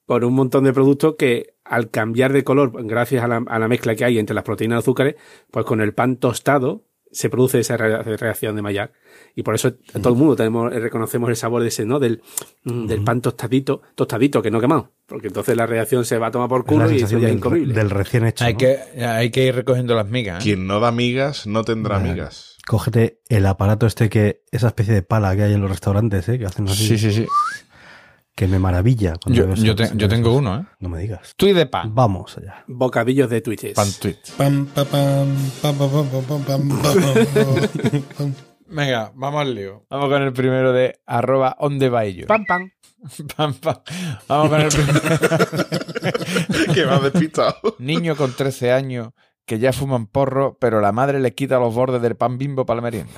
con un montón de productos que al cambiar de color, gracias a la, a la mezcla que hay entre las proteínas y los azúcares, pues con el pan tostado se produce esa re- reacción de Maillard. Y por eso todo el mundo tenemos, eh, reconocemos el sabor de ese, ¿no? Del, mm, del pan tostadito, tostadito, que no quemado. Porque entonces la reacción se va a tomar por
Es la
culo y eso
sensación
ya es
del,
incomible.
del recién hecho.
Hay
¿no?
que, hay que ir recogiendo las migas. ¿eh?
Quien no da migas no tendrá
Vale.
migas.
Cógete el aparato este que, esa especie de pala que hay en los restaurantes, ¿eh? que hacen así,
Sí, sí, sí.
que me maravilla. cuando
Yo,
veo
yo
esas-
te- yo tengo uno, Ah. ¿eh?
No me digas.
Tweet de pan.
Vamos allá.
Bocadillos de Twitches.
Pan tweet.
Pam, pa, pam, pam, pam, pam, pam, pam, pam, pam.
Venga, vamos al lío. Vamos con el primero de arroba onde va ello.
Pan, pan.
Pam, pam. Vamos con el primero.
que me has despistado.
Niño con 13 años que ya fuman porro, pero la madre le quita los bordes del pan bimbo para la merienda.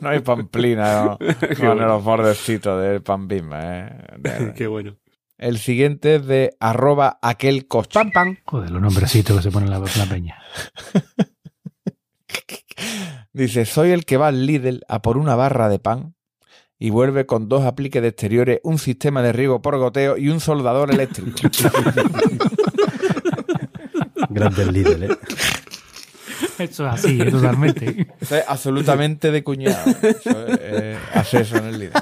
no hay pamplina no, con
bueno.
los bordecitos del pan bimbo. ¿eh? De-
Qué bueno.
El siguiente es de arroba aquel coche.
Pan, pan.
Joder, los nombrecitos que se ponen la, la peña.
Dice, soy el que va al Lidl a por una barra de pan y vuelve con dos apliques de exteriores, un sistema de riego por goteo y un soldador eléctrico.
Grande el líder, ¿eh?
Eso es así, eh, totalmente.
Eso es absolutamente de cuñado. Eso es, eh, hacer eso en el Lidl. ¿eh?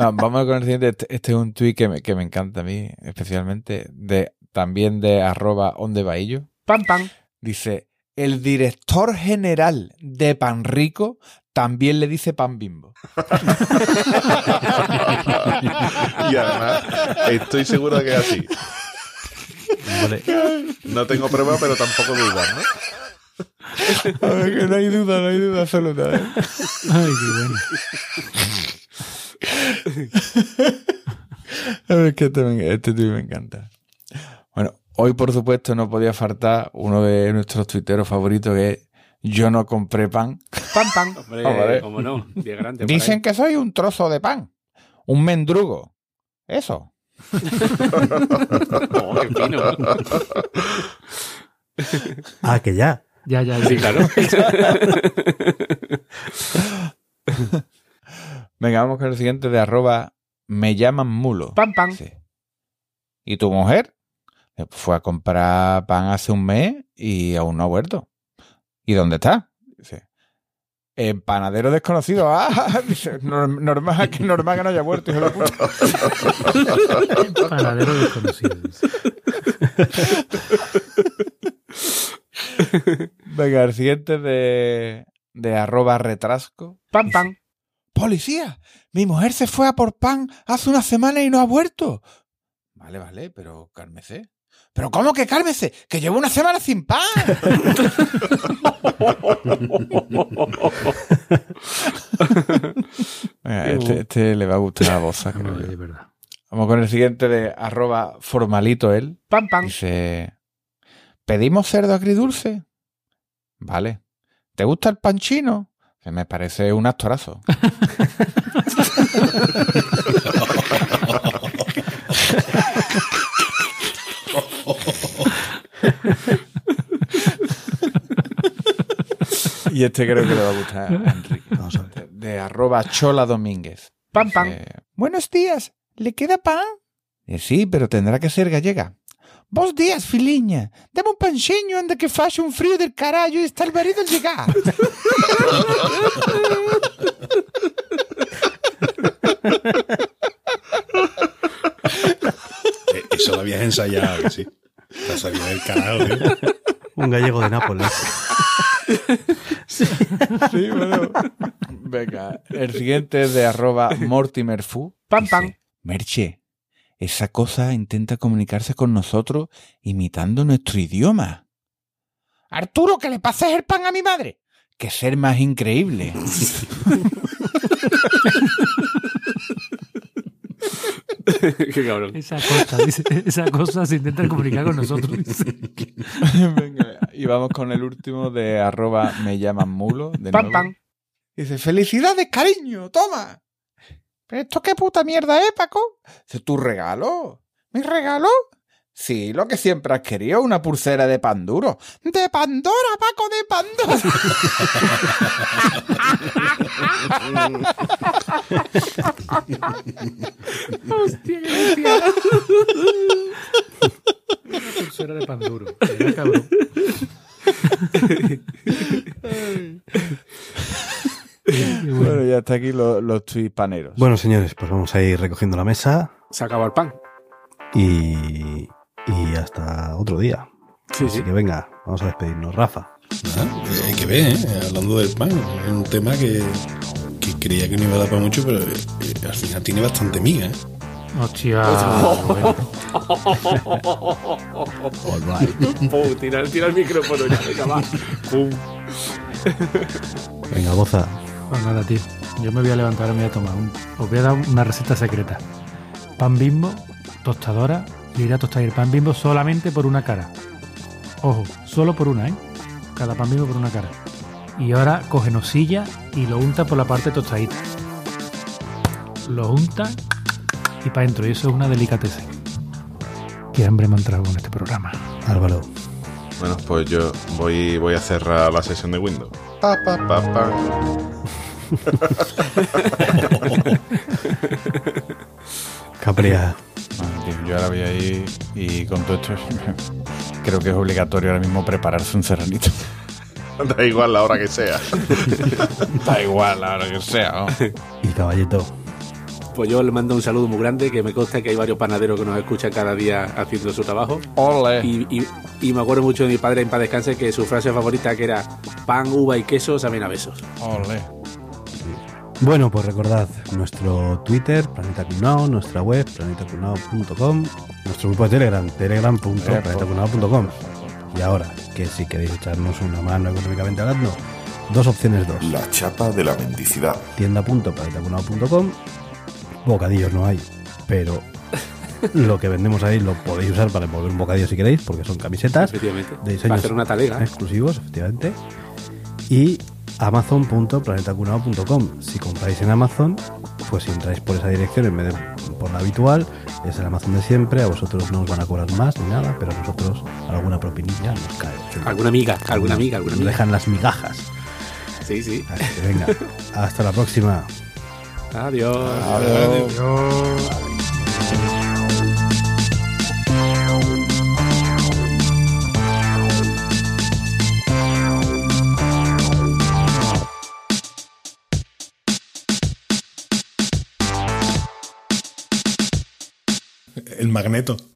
Va, vamos con el siguiente. Este, este es un tuit que me, que me encanta a mí, especialmente, de, también de arroba onde baillo.
Pan, pan.
Dice, el director general de Pan Rico también le dice pan bimbo.
y además, estoy seguro de que es así.
Hombre,
No tengo prueba, pero tampoco dudas, ¿no?
no hay duda, no hay duda ¿eh? absoluta.
Ay, qué bueno.
A ver, que este, me- este tuit me encanta. Bueno, hoy por supuesto no podía faltar uno de nuestros tuiteros favoritos que es Yo no compré pan.
Pan, pan. Hombre,
Hombre.
cómo no. Día grande por ahí.
Dicen que soy un trozo de pan. Un mendrugo. Eso.
Oh, qué fino.
ah, que ya.
Ya, ya, ya.
Sí, claro.
Venga, vamos con el siguiente de arroba me llaman mulo.
Pan, pan.
Sí. ¿Y tu mujer? Eh, Fue a comprar pan hace un mes y aún no ha vuelto. ¿Y dónde está? Dice. En panadero desconocido. Ah, dice, "Nor- normal, que normal que no haya vuelto, hijo de puta".
Paradero desconocido. dice.
Venga, el siguiente de, de arroba retrasco.
Pan, pan.
¡Policía! ¡Mi mujer se fue a por pan hace una semana y no ha vuelto! Vale, vale, pero cálmese. ¿Pero cómo que cálmese? ¡Que llevo una semana sin pan! Venga, Venga, este, este le va a gustar a Boza. creo yo.
es verdad.
Vamos con el siguiente de arroba formalito él.
Pam, pam.
Dice, ¿pedimos cerdo agridulce? Vale. ¿Te gusta el pan chino? Que me parece un actorazo. y este creo que le va a gustar a Enrique.
Vamos a ver.
De, de arroba chola domínguez.
Pam, pam.
Eh, Buenos días, ¿le queda pan? Eh, sí, pero tendrá que ser gallega. Bos días, filiña. Dame un panxeño anda que faxe un frío del carallo e está el marido al llegar.
Eh, Eso lo habías ensayado, que sí. La salida del carajo, ¿eh?
Un gallego de Nápoles.
Sí, bueno. Venga, el siguiente es de arroba mortimerfu.
Pam, pam.
Dice, Merche, esa cosa intenta comunicarse con nosotros imitando nuestro idioma. Arturo, que le pases el pan a mi madre. Que ser más increíble.
Qué cabrón.
Esa cosa, dice, esa cosa se intenta comunicar con nosotros. dice.
Venga, y vamos con el último de arroba me llaman mulo. de
Pam,
nuevo.
pam.
Dice, felicidades, cariño, toma. ¿Pero esto qué puta mierda es, Paco? Dice, ¿tu regalo? ¿Mi regalo? Sí, lo que siempre has querido, una pulsera de pan duro. ¡De Pandora, Paco, de Pandora!
Hostia, qué bestia. Una pulsera de pan duro. Mira, cabrón. Qué bueno.
bueno, ya está aquí lo- los tuipaneros.
Bueno, señores, pues vamos a ir recogiendo la mesa
Se acabó el pan.
y, y hasta otro día.
Sí,
Así
sí.
que venga, vamos a despedirnos, Rafa.
Ah, eh, Hay que ver, ¿eh? Hablando del pan, es un tema que, que creía que no iba a dar para mucho, pero eh, eh, al final tiene bastante miga, ¿eh?
Hostia.
Oh, tira, tira el micrófono ya, venga, va. Pum.
Venga, Boza.
Pues nada, tío. Yo me voy a levantar y me voy a tomar un. Os voy a dar una receta secreta. Pan bimbo, tostadora, y iré a tostar el pan bimbo solamente por una cara. Ojo, solo por una, ¿eh? Cada pan bimbo por una cara. Y ahora coge nosilla y lo unta por la parte tostadita. Lo unta y para adentro. Y eso es una delicatese. Qué hambre me ha entrado con este programa.
Álvaro.
Bueno, pues yo voy, voy a cerrar la sesión de Windows. Pa, pa, pa, pa.
Caprea.
Madre mía, Yo ahora voy ahí y con todo esto creo que es obligatorio ahora mismo prepararse un serranito.
Da igual la hora que sea.
Da igual, ahora que sea. vamos.
Y Caballeto.
Pues yo le mando un saludo muy grande, que me consta que hay varios panaderos que nos escuchan cada día haciendo su trabajo.
Ole.
Y, y- y me acuerdo mucho de mi padre en paz descanse que su frase favorita que era pan, uva y queso saben a besos.
Ole.
Bueno, pues recordad nuestro Twitter, Planeta Cunao, nuestra web, planetacunao.com, nuestro grupo de Telegram, telegram.planetacunao.com. Y ahora, que si queréis echarnos una mano económicamente hablando, dos opciones dos.
La chapa de la mendicidad.
tienda.planetacunao.com. Bocadillos no hay, pero lo que vendemos ahí lo podéis usar para envolver un bocadillo si queréis, porque son camisetas
Efectivamente.
de Eh.
Va a
diseños
hacer una talega.
exclusivos, efectivamente. Y amazon.planetacunao.com. Si compráis en Amazon, pues si entráis por esa dirección en vez de por la habitual, es el Amazon de siempre. A vosotros no os van a cobrar más ni nada, pero a nosotros alguna propinilla nos cae.
Alguna amiga, alguna amiga, alguna
Nos
amiga.
dejan las migajas.
Sí, sí.
Así que venga, hasta la próxima.
Adiós.
El magneto.